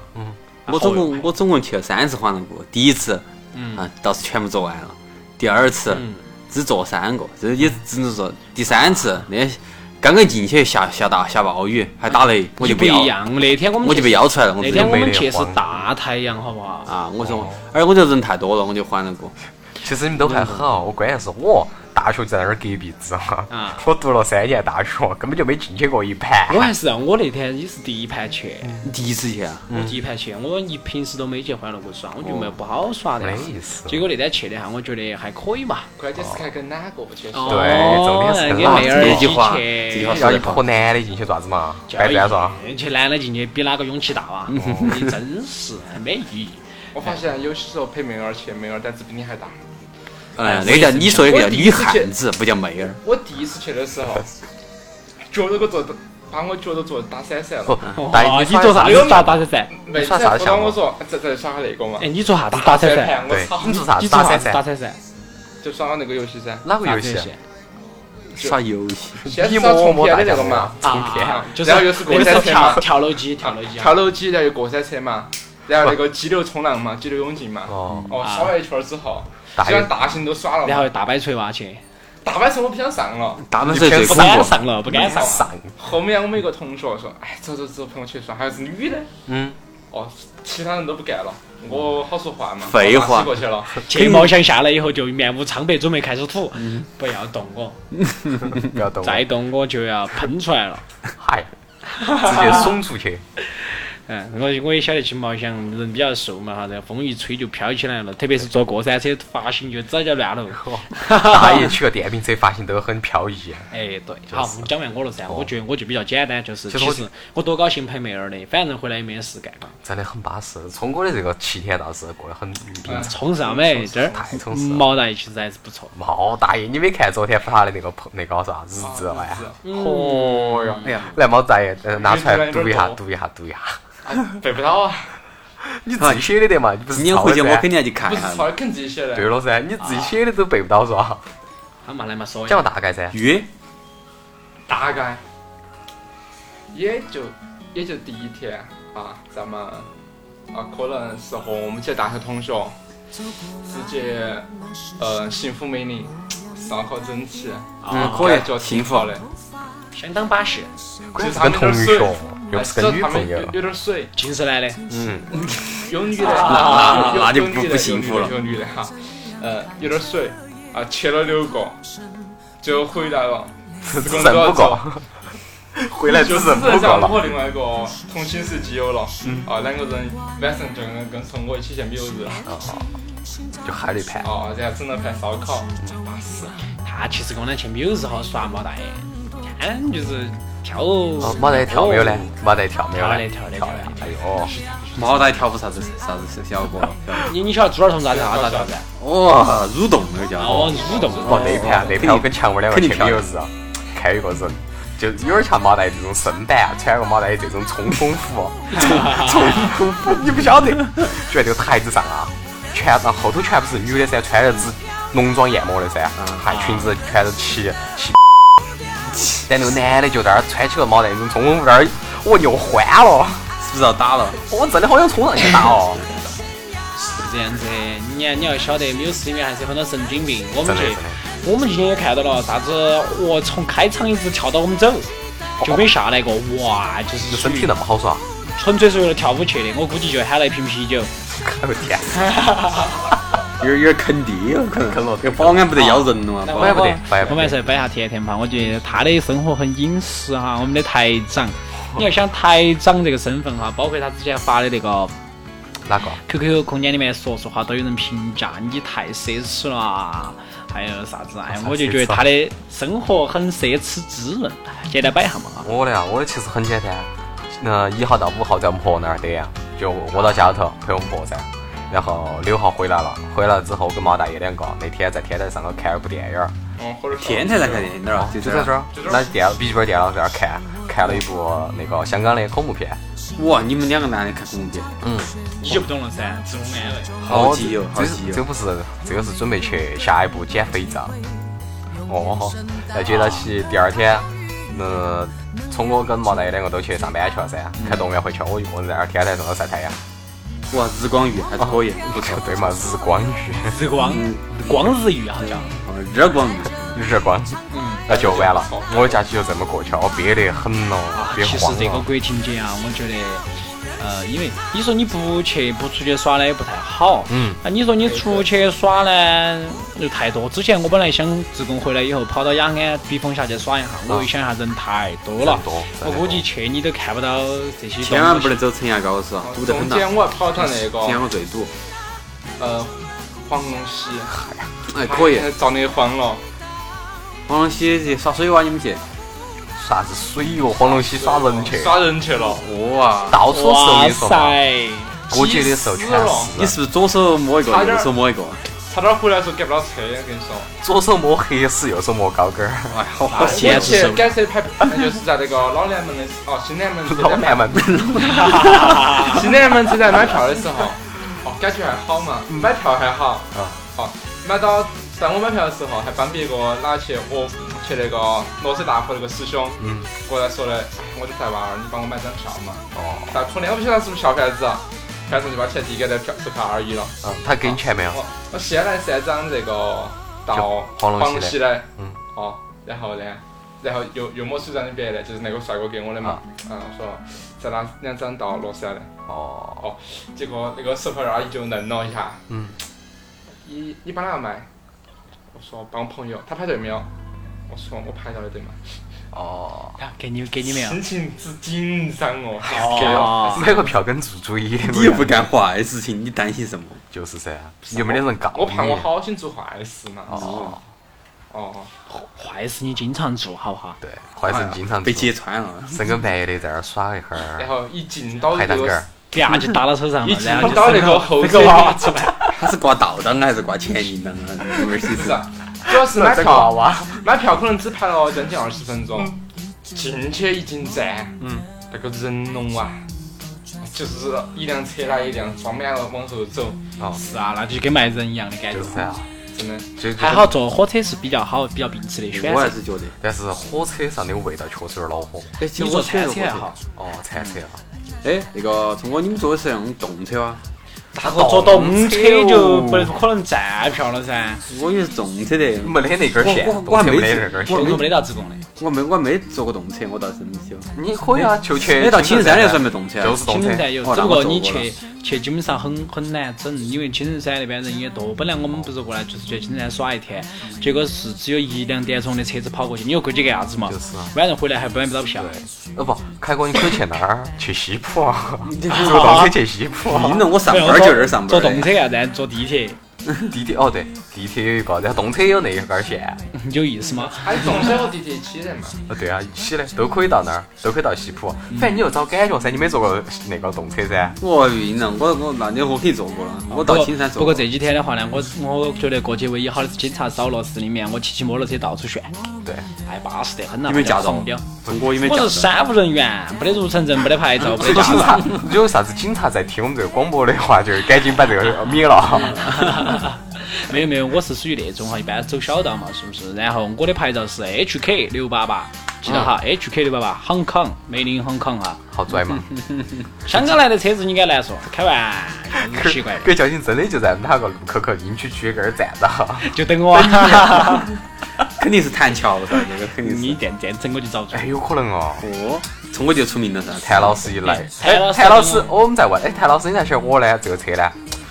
Speaker 8: 我总共我总共去了三次欢乐谷，第一次，啊，倒是全部做完了，第二次只做三个，这也只能做第三次那刚刚进去下下大下暴雨还打雷，我就
Speaker 5: 不
Speaker 8: 不要
Speaker 5: 一，样。那天我们
Speaker 8: 我就被邀出来了，我
Speaker 5: 那
Speaker 8: 直
Speaker 5: 天
Speaker 8: 接
Speaker 5: 我们去是大太阳，好不好？
Speaker 8: 啊，我说，而且我觉得人太多了，我就欢乐谷。
Speaker 6: 其实你们都还好，我关键是我大学就在那儿隔壁，知道吗？
Speaker 5: 啊
Speaker 6: 我读了三年大学，根本就没进去过一盘。
Speaker 5: 我还是我那天也是第一盘去，
Speaker 8: 你第一次去啊？
Speaker 5: 我第一盘去，我一平时都没去欢乐谷耍，我觉得没有不好耍的
Speaker 6: 没
Speaker 5: 哈。
Speaker 6: 意思
Speaker 5: 结果那天去的哈，我觉得还可以嘛。
Speaker 7: 关键是看跟哪个去。
Speaker 5: 哦
Speaker 6: 对重点是
Speaker 5: 跟
Speaker 6: 哪
Speaker 5: 妹儿
Speaker 8: 这
Speaker 5: 一起
Speaker 8: 句话这
Speaker 5: 去
Speaker 8: 句话。
Speaker 6: 要一泼男的进去做啥子嘛？掰断嗦。
Speaker 5: 去男的进去比哪个勇气大哇？你真是没意义。
Speaker 7: 我发现有些时候陪妹儿去，妹儿胆子比你还大。
Speaker 8: 嗯，那个叫你说的那个叫女汉子，不叫妹儿。
Speaker 7: 我第一次去的时候，脚都给我坐，把我脚都坐打散散
Speaker 6: 不
Speaker 7: 了。，
Speaker 6: 但
Speaker 5: 哇
Speaker 6: 你
Speaker 5: 你做啥
Speaker 6: 子
Speaker 5: 子打打折噻？
Speaker 7: 妹
Speaker 6: 哦耍
Speaker 7: 子
Speaker 6: 啥
Speaker 7: 还
Speaker 6: 子
Speaker 7: 不
Speaker 6: 项
Speaker 7: 懂
Speaker 6: 目
Speaker 7: 我说这这耍那个嘛
Speaker 5: 哎，，嗯你做啥子打折噻？
Speaker 7: 盘我
Speaker 6: 对
Speaker 7: 操，，
Speaker 6: 你做啥
Speaker 5: 你
Speaker 6: 子
Speaker 5: 做
Speaker 6: 打
Speaker 5: 啥
Speaker 6: 三
Speaker 5: 子
Speaker 6: 噻？
Speaker 5: 打折噻？
Speaker 7: 就耍那个游戏噻。
Speaker 6: 哪个游
Speaker 5: 打折
Speaker 6: 戏
Speaker 5: 噻？
Speaker 8: 耍游戏，
Speaker 7: 先
Speaker 6: 你
Speaker 7: 是耍
Speaker 6: 嗯摸
Speaker 7: 冲
Speaker 6: 摸
Speaker 7: 天
Speaker 6: 大
Speaker 7: 的那
Speaker 6: 家
Speaker 7: 个嘛，
Speaker 6: 冲天
Speaker 5: 啊，就是
Speaker 7: 然后又是
Speaker 5: 那
Speaker 7: 过
Speaker 5: 个
Speaker 7: 山
Speaker 5: 是
Speaker 7: 车
Speaker 5: 跳
Speaker 7: 嘛，
Speaker 5: 跳楼机，跳楼机啊，
Speaker 7: 跳楼机，然后又过山车嘛，然后那个激流冲浪嘛，激流勇进嘛。
Speaker 6: 哦，
Speaker 7: 哦，
Speaker 5: 啊
Speaker 7: 耍完一圈儿之后，
Speaker 6: 大
Speaker 7: 虽然大型都耍了
Speaker 5: 然
Speaker 7: 嘛，
Speaker 5: 后大摆锤娃去，
Speaker 7: 大半程我不想上了。
Speaker 8: 大阪水最
Speaker 5: 不
Speaker 8: 恐
Speaker 5: 敢
Speaker 8: 怖。
Speaker 5: 上了，不敢上。
Speaker 6: 嗯上，
Speaker 7: 后面我们一个同学说，哎，走走走，陪我去耍，还是女的。
Speaker 6: 嗯，
Speaker 7: 哦，其他人都不干了，我好说话嘛。
Speaker 8: 废话
Speaker 7: 我打死过去 了。
Speaker 5: 去冒险下来以后就面无苍白，准备开始吐，
Speaker 6: 嗯
Speaker 5: 不要动
Speaker 6: 哦
Speaker 5: 我，
Speaker 6: 不要动我，
Speaker 5: 再动我就要喷出来了。
Speaker 6: 嗨，直接送出 去。
Speaker 5: 嗯，我我也晓得去翱翔，人比较瘦嘛哈，这个风一吹就飘起来了，特别是坐过山车，发型就早就乱了。
Speaker 6: 哦大爷骑个电瓶车，发型都很飘逸。
Speaker 5: 哎，对，好，讲完我了噻，我觉得我就比较简单，就是
Speaker 6: 哦其实
Speaker 5: 其
Speaker 6: 我
Speaker 5: 实我多高兴陪妹儿的，反正回来也没得事干嘛。
Speaker 6: 真的很巴适。聪哥的这个七天倒是过得很平常，
Speaker 5: 充上没？这儿
Speaker 6: 嗯太充实了。
Speaker 5: 毛大爷其实还是不错。
Speaker 6: 毛大爷，你没看昨天发的那个朋那个啥日志了呀？嚯哟！哎呀，来毛大爷，呃，拿出来读一下，读一下，读一下。
Speaker 7: 啊背不到啊，
Speaker 6: 你自己写的得嘛？你不是
Speaker 8: 你
Speaker 6: 抄
Speaker 8: 回
Speaker 6: 的
Speaker 8: 去我
Speaker 6: 噻
Speaker 8: 肯？定要去看
Speaker 7: 不
Speaker 8: 一
Speaker 7: 是
Speaker 8: 下
Speaker 7: 抄。的，肯自己写的。
Speaker 6: 对了噻，你自己写的都背不到是吧？
Speaker 5: 他嘛来嘛说一
Speaker 6: 讲个
Speaker 5: 下，
Speaker 6: 大概噻。
Speaker 8: 约
Speaker 7: 大概也就也就第一天啊，咱们啊，可能是和我们这大学同学直接呃幸福美龄，烧烤整齐，
Speaker 8: 嗯
Speaker 5: 啊，
Speaker 8: 可以
Speaker 7: 感觉
Speaker 8: 幸
Speaker 7: 挺
Speaker 8: 福
Speaker 7: 好的。
Speaker 5: 相当巴适，
Speaker 6: 关键是跟同学，又不是
Speaker 7: 哎
Speaker 6: 跟
Speaker 7: 只
Speaker 6: 女
Speaker 7: 要他们
Speaker 6: 朋友
Speaker 7: 有。有点水，
Speaker 5: 尽是男的，
Speaker 6: 嗯，
Speaker 7: 有女的，
Speaker 8: 啊
Speaker 7: 有
Speaker 8: 那就
Speaker 7: 有女
Speaker 8: 不
Speaker 7: 的
Speaker 8: 不幸福了
Speaker 7: 有女的有女的哈，呃，有点水啊，切了六个，最后回来了，四
Speaker 6: 只
Speaker 7: 个人
Speaker 6: 剩
Speaker 7: 都要
Speaker 6: 不
Speaker 7: 走
Speaker 6: 够。，回来只
Speaker 7: 就
Speaker 6: 剩不够
Speaker 7: 是让
Speaker 6: 了。嗯
Speaker 7: 我另外一个同寝室基友了，啊，两个人晚上就跟跟从我一起去六啊日，
Speaker 6: 就嗨了一盘，
Speaker 7: 哦，然后整了盘烧烤，巴适。
Speaker 5: 他其实跟我俩去没有日好耍，毛大爷，天就是跳，
Speaker 6: 哦，毛在跳没有呢？毛在跳没有
Speaker 5: 跳
Speaker 6: 呢？
Speaker 5: 的跳的
Speaker 6: 跳
Speaker 5: 跳
Speaker 6: 了
Speaker 5: 的
Speaker 6: 呀！。哎呦，
Speaker 8: 毛大爷跳不啥子啥子效果？
Speaker 5: 你你晓得猪儿童咋跳啥子啥子？
Speaker 8: 哇，蠕动那个叫。
Speaker 5: 哦，蠕动。
Speaker 6: 哦，那盘那盘我跟强哥两个去旅游日，看有一个人就有点像毛大爷这种身板，穿个毛大爷这种冲锋服，啊 冲冲锋服，你不晓得，就在这个台子上啊，全啊后头全部是女的噻，穿的只浓妆艳抹的噻，
Speaker 8: 嗯
Speaker 6: 还裙子全是齐齐。但那个男的就在那儿穿起个毛大爷那种冲锋服，在那儿我又欢了，
Speaker 8: 是不是要打了？
Speaker 6: 我真的好想冲上去打哦。
Speaker 5: 是这样子的，你看你要晓得，没有事里面还是有很多神经病。我们
Speaker 6: 真的
Speaker 5: 去
Speaker 6: 真的，
Speaker 5: 我们今天也看到了，啥子我从开场一直跳到我们走，就没下来过。哇，就是
Speaker 6: 就身体那么好 耍，
Speaker 5: 纯粹是为了跳舞去的，我估计就喊了一瓶啤酒。
Speaker 6: 哎呦天，
Speaker 8: 有点有点坑爹了，可能。啊
Speaker 6: 坑了
Speaker 8: 这保安不得咬人了嘛？
Speaker 5: 来
Speaker 8: 保
Speaker 6: 我也
Speaker 8: 安
Speaker 6: 不得我也不得
Speaker 5: 我们还是来摆一下甜甜吧。我觉得他的生活很隐私哈，我们的台 长。你要想台长这个身份哈，包括他之前发的那个
Speaker 6: 哪个？
Speaker 5: QQ 空间里面说说话都有人评价你太奢侈了啊，还有啥子？哎
Speaker 6: 啥，
Speaker 5: 我就觉得他的生活很奢侈滋润，简单摆一下嘛啊。
Speaker 6: 我的呀，我的其实很简单，呃，一号到五号在我们婆那儿的呀，就我到家里头陪我们婆噻。然后六号回来了，回来之后跟毛大爷两个那天在天台上头看了部电影儿，
Speaker 7: 嗯，或者说
Speaker 8: 天才在看电影的啊，就
Speaker 6: 就在这
Speaker 8: 儿。
Speaker 6: 儿，那电笔记本电脑在那儿看，看了一部那个香港的恐怖片，
Speaker 8: 哇，你们两个男的看恐怖片，
Speaker 5: 你就不懂了噻，自我安慰。
Speaker 8: 好基友，好
Speaker 6: 哦
Speaker 8: 哦
Speaker 6: 这
Speaker 8: 基
Speaker 6: 是这
Speaker 8: 友。
Speaker 6: 不是这个是准备去下一步减肥皂。哦，再接到起第二天，呃，聪哥跟毛大爷两个都去上班去了噻，开动物园回去，我一个人在那儿天台上头晒太阳。
Speaker 8: 哇，日光浴还可以，不错。
Speaker 6: 对嘛，日 光浴，
Speaker 5: 日光光日浴好像，
Speaker 8: 哦日光 浴，
Speaker 6: 日光，那就完了。哦我假期就这么过去了，我憋得很咯，
Speaker 5: 啊，
Speaker 6: 憋
Speaker 5: 其实
Speaker 6: 慌
Speaker 5: 这个
Speaker 6: 了。
Speaker 5: 国庆节啊，我觉得呃，因为你说你不去不出去耍呢也不太好，
Speaker 6: 嗯，
Speaker 5: 那你说你出去耍呢又太多。之前我本来想自贡回来以后跑到雅安避风峡去耍一下，我一想一下人太多了
Speaker 6: 人多，
Speaker 5: 我估计去你都看不到这些东西。
Speaker 8: 千万不能走城崖高速啊，堵得
Speaker 7: 中
Speaker 8: 很嗯呐。
Speaker 7: 间我还跑到那
Speaker 8: 城崖
Speaker 7: 个
Speaker 8: 我最堵，
Speaker 7: 呃黄龙溪，
Speaker 8: 哎，可以。，
Speaker 7: 遭那慌了。
Speaker 8: 黄龙溪去耍水哇，你们去？
Speaker 6: 啥子水哟？黄龙溪耍人去，
Speaker 7: 耍人去了，
Speaker 8: 哇！
Speaker 6: 到处是我
Speaker 5: 哇
Speaker 6: 跟你说嘛，
Speaker 5: 塞！
Speaker 6: 过节的时候全
Speaker 7: 急死了
Speaker 6: 是，
Speaker 8: 你
Speaker 6: 啊
Speaker 8: 是不是左手摸一个，
Speaker 7: 差点
Speaker 8: 右手摸一个？
Speaker 7: 差点回来的时候赶不到车，跟你说。
Speaker 6: 左手摸黑丝，右手摸高跟儿，
Speaker 8: 哎，好
Speaker 7: 我
Speaker 8: 好
Speaker 7: 去
Speaker 8: 闲
Speaker 5: 是
Speaker 7: 赶车拍，就是在那个老南门的哦，新南门车
Speaker 6: 老
Speaker 7: 站
Speaker 6: 南门，
Speaker 7: 新南门车站买票的时候，哦，感觉还好嘛，买票还好
Speaker 6: 啊，
Speaker 7: 好、买到。但我买票的时候还帮别个拿去我去那个罗斯大佛那个师兄，
Speaker 6: 嗯，
Speaker 7: 过来说的，哎我就在玩儿，你帮我买张票嘛。
Speaker 6: 哦，
Speaker 7: 但可能我不晓得是不是小牌子啊，反正就把钱递给那票售票阿姨了。
Speaker 6: 嗯，他给你钱没有？
Speaker 7: 我我先来三张这个到
Speaker 6: 就黄龙溪的
Speaker 7: 溪的，
Speaker 6: 嗯，
Speaker 7: 哦，然后呢，然后又又摸出一张别的，就是那个帅哥给我的嘛，
Speaker 6: 啊
Speaker 7: 嗯，我说再拿两张到罗斯来的，
Speaker 6: 哦，
Speaker 7: 结果那个售票员阿姨就愣了一下，
Speaker 6: 嗯，
Speaker 7: 你你帮哪个买？我说帮我朋友，他排队没有？我说我排到了队嘛，
Speaker 6: 哦，
Speaker 5: 给你给你们啊
Speaker 7: 心情之紧张哦，
Speaker 5: 哦，
Speaker 6: 买个票跟做主意，
Speaker 8: 你又不干坏事情，你担心什么？
Speaker 6: 就是噻，又没得人告你。
Speaker 7: 我怕我好心做坏事嘛，
Speaker 6: 哦，
Speaker 7: 哦，
Speaker 5: 坏事你经常做，好不好？
Speaker 6: 对，坏事经常
Speaker 8: 哎被
Speaker 6: 做
Speaker 8: 揭穿了。
Speaker 6: 深更半夜的在那儿耍一会
Speaker 7: 然
Speaker 6: 儿，
Speaker 7: 后一进到
Speaker 6: 拍
Speaker 7: 这
Speaker 6: 单杆
Speaker 7: 个
Speaker 6: 儿，
Speaker 5: 啪就打到手上
Speaker 7: 一
Speaker 5: 了，
Speaker 7: 进
Speaker 5: 然后就
Speaker 7: 到那
Speaker 5: 生
Speaker 7: 啊个
Speaker 5: 了
Speaker 7: 后
Speaker 5: 那
Speaker 7: 车
Speaker 5: 个娃娃出来。
Speaker 8: 他是挂倒档的还是挂前铃铛 啊？你们其
Speaker 7: 不
Speaker 8: 实
Speaker 7: 是啊， 主要是买
Speaker 6: 这个娃
Speaker 7: 票。
Speaker 6: 娃，
Speaker 7: 买票可能只排了将近二十分钟，进去一进站，嗯，那个人龙啊，就是一辆车来一辆，装满了往后走，
Speaker 6: 哦，
Speaker 5: 是啊，那就跟卖人一样的感觉
Speaker 6: 就是。噻，
Speaker 7: 真的。
Speaker 6: 就
Speaker 5: 还好，坐火车是比较好、比较秉持的选
Speaker 8: 我还
Speaker 5: 择。
Speaker 8: 是觉得，
Speaker 6: 但是火车上的味道确实有点恼火。
Speaker 8: 哎，其
Speaker 5: 你
Speaker 8: 实
Speaker 5: 坐
Speaker 8: 我
Speaker 5: 餐
Speaker 8: 选
Speaker 5: 车
Speaker 8: 了火
Speaker 5: 还
Speaker 8: 车。
Speaker 5: 好，
Speaker 6: 哦，餐车啊，
Speaker 8: 哎，那个聪哥，你们坐的是那种动车啊？
Speaker 5: 大哥坐动车就不可能站票了噻。
Speaker 8: 我以为是动车的。
Speaker 6: 嗯没得那根线，
Speaker 8: 我我
Speaker 6: 动
Speaker 8: 我还
Speaker 6: 车
Speaker 8: 没
Speaker 6: 没得那根
Speaker 5: 我
Speaker 6: 线。
Speaker 5: 我没到自贡的，
Speaker 8: 我没我没坐过动车，我倒是没去过。
Speaker 6: 你可以啊，就去
Speaker 8: 哎，到青城山那算
Speaker 6: 没
Speaker 8: 不算动车啊？
Speaker 6: 就是动
Speaker 5: 青
Speaker 6: 车
Speaker 5: 城，山有，
Speaker 8: 哦
Speaker 5: 只
Speaker 8: 那
Speaker 5: 不
Speaker 8: 我
Speaker 5: 过
Speaker 8: 坐
Speaker 5: 你
Speaker 8: 过了
Speaker 5: 去去基本上很很难整，因为青城山那边人也多。本来我们不是过来就是去青城山耍一天，结果是只有一两点钟的车子跑过去，你又过去干啥子嘛？
Speaker 6: 就是啊
Speaker 5: 晚上回来还买不到票。
Speaker 6: 哦不，开哥你可以去那儿，去西浦啊， 坐动车去西浦啊。
Speaker 8: 你弄我上
Speaker 5: 没有
Speaker 8: 班就在这儿上
Speaker 5: 坐
Speaker 8: 班
Speaker 5: 动
Speaker 8: 的，
Speaker 5: 车呀，然后坐地铁，
Speaker 6: 地铁哦对，地铁有一个，然后动车也有那一根线。
Speaker 5: 嗯有意思吗？
Speaker 7: 还是动车和地铁一起的嘛，
Speaker 6: 哦对啊，一起的都可以到那儿，都可以到西浦。反正你就找感觉噻，你没坐过那个动车噻。
Speaker 8: 我晕了，我我那你我肯定坐过了，我
Speaker 5: 不
Speaker 8: 到
Speaker 5: 过
Speaker 8: 青山
Speaker 5: 不
Speaker 8: 坐
Speaker 5: 过
Speaker 8: 过。
Speaker 5: 这几天的话呢，我我觉得过去唯一好的是警察少了，市里面我骑骑摩托车到处炫，
Speaker 6: 对，
Speaker 5: 太巴适得很了。
Speaker 8: 有没有驾照
Speaker 5: 疯掉？
Speaker 8: 中国 有没有
Speaker 5: 我
Speaker 8: 驾
Speaker 5: 是
Speaker 8: 照？
Speaker 5: 三无人员，没得入城证，没得牌 照，没得驾
Speaker 6: 警
Speaker 5: 照。
Speaker 6: 察，如果啥子警察在听我们这个广播的话，就赶紧把这个灭
Speaker 5: 嗯
Speaker 6: 了。
Speaker 5: 没有没有，我是属于那种哈，一般走小道嘛，是不是？然后我的牌照是 HK 六八八，记得
Speaker 8: 嗯
Speaker 5: 哈、h k 六八八，Hong Kong，梅林 Hong Kong 哈。
Speaker 6: 好拽嘛！
Speaker 5: 香港来的车子应该难说，开玩笑，嗯奇 怪，
Speaker 6: 给交警真的就在哪个路口口营区区跟儿站到，
Speaker 5: 就等 我啊。
Speaker 8: 肯定是弹桥噻，那个肯定
Speaker 5: 你
Speaker 8: 是。
Speaker 5: 电电整我就遭罪
Speaker 6: 哎，。有可能哦。
Speaker 8: 哦，从我就出名了噻。
Speaker 6: 谭老师一来，哎
Speaker 5: 谭老师
Speaker 6: 谭老师，我们在问，哎，谭老师你在选我呢？这个车呢？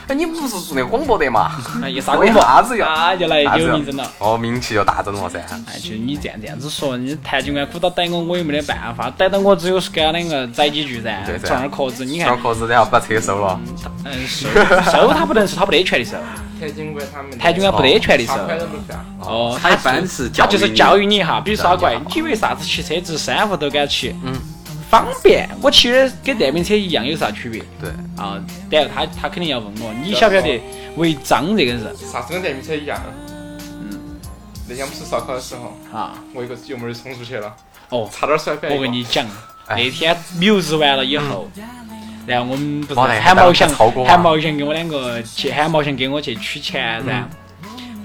Speaker 6: 哎，你们不是做那个广播的嘛？
Speaker 5: 哎，一啥
Speaker 6: 为
Speaker 5: 广
Speaker 6: 啥子要？
Speaker 5: 啊，就来
Speaker 6: 啥子
Speaker 5: 有
Speaker 6: 要
Speaker 5: 名声了。
Speaker 6: 哦，名气就大增了噻。
Speaker 5: 哎，就你这样这样子说，你谭警官鼓捣逮我，我也没得办法，逮到我只有是给他两个宰几句噻
Speaker 6: 对，噻
Speaker 5: 撞点壳子。你看
Speaker 6: 小，壳子，然后把车收了。
Speaker 5: 嗯，收收他不能收，他不得权利收，
Speaker 7: 谭警官他们的
Speaker 5: 谭警官不得权利收
Speaker 7: 罚。款都不算，
Speaker 5: 哦，
Speaker 8: 他一般是
Speaker 5: 他就是教
Speaker 8: 育
Speaker 5: 育你一下，比如耍怪，你以为啥子骑车子三伏都敢骑？嗯，方便。我骑的跟电瓶车一样，有啥区别？
Speaker 6: 对，
Speaker 5: 啊，然后他他肯定要问我，你晓不晓得违章这个人
Speaker 7: 啥子跟电瓶车一样。那天我们吃烧烤的时候，
Speaker 5: 啊？
Speaker 7: 我一个油门儿冲出去了，
Speaker 5: 哦，
Speaker 7: 差点摔翻一
Speaker 5: 我
Speaker 7: 个。
Speaker 5: 跟你讲，
Speaker 6: 哎
Speaker 5: 那天 muse 完了以后，然后我们不是
Speaker 6: 毛蛋
Speaker 5: 喊毛翔，
Speaker 6: 还超过啊嗯
Speaker 5: 喊毛翔给我两个去喊毛翔给我去取钱噻。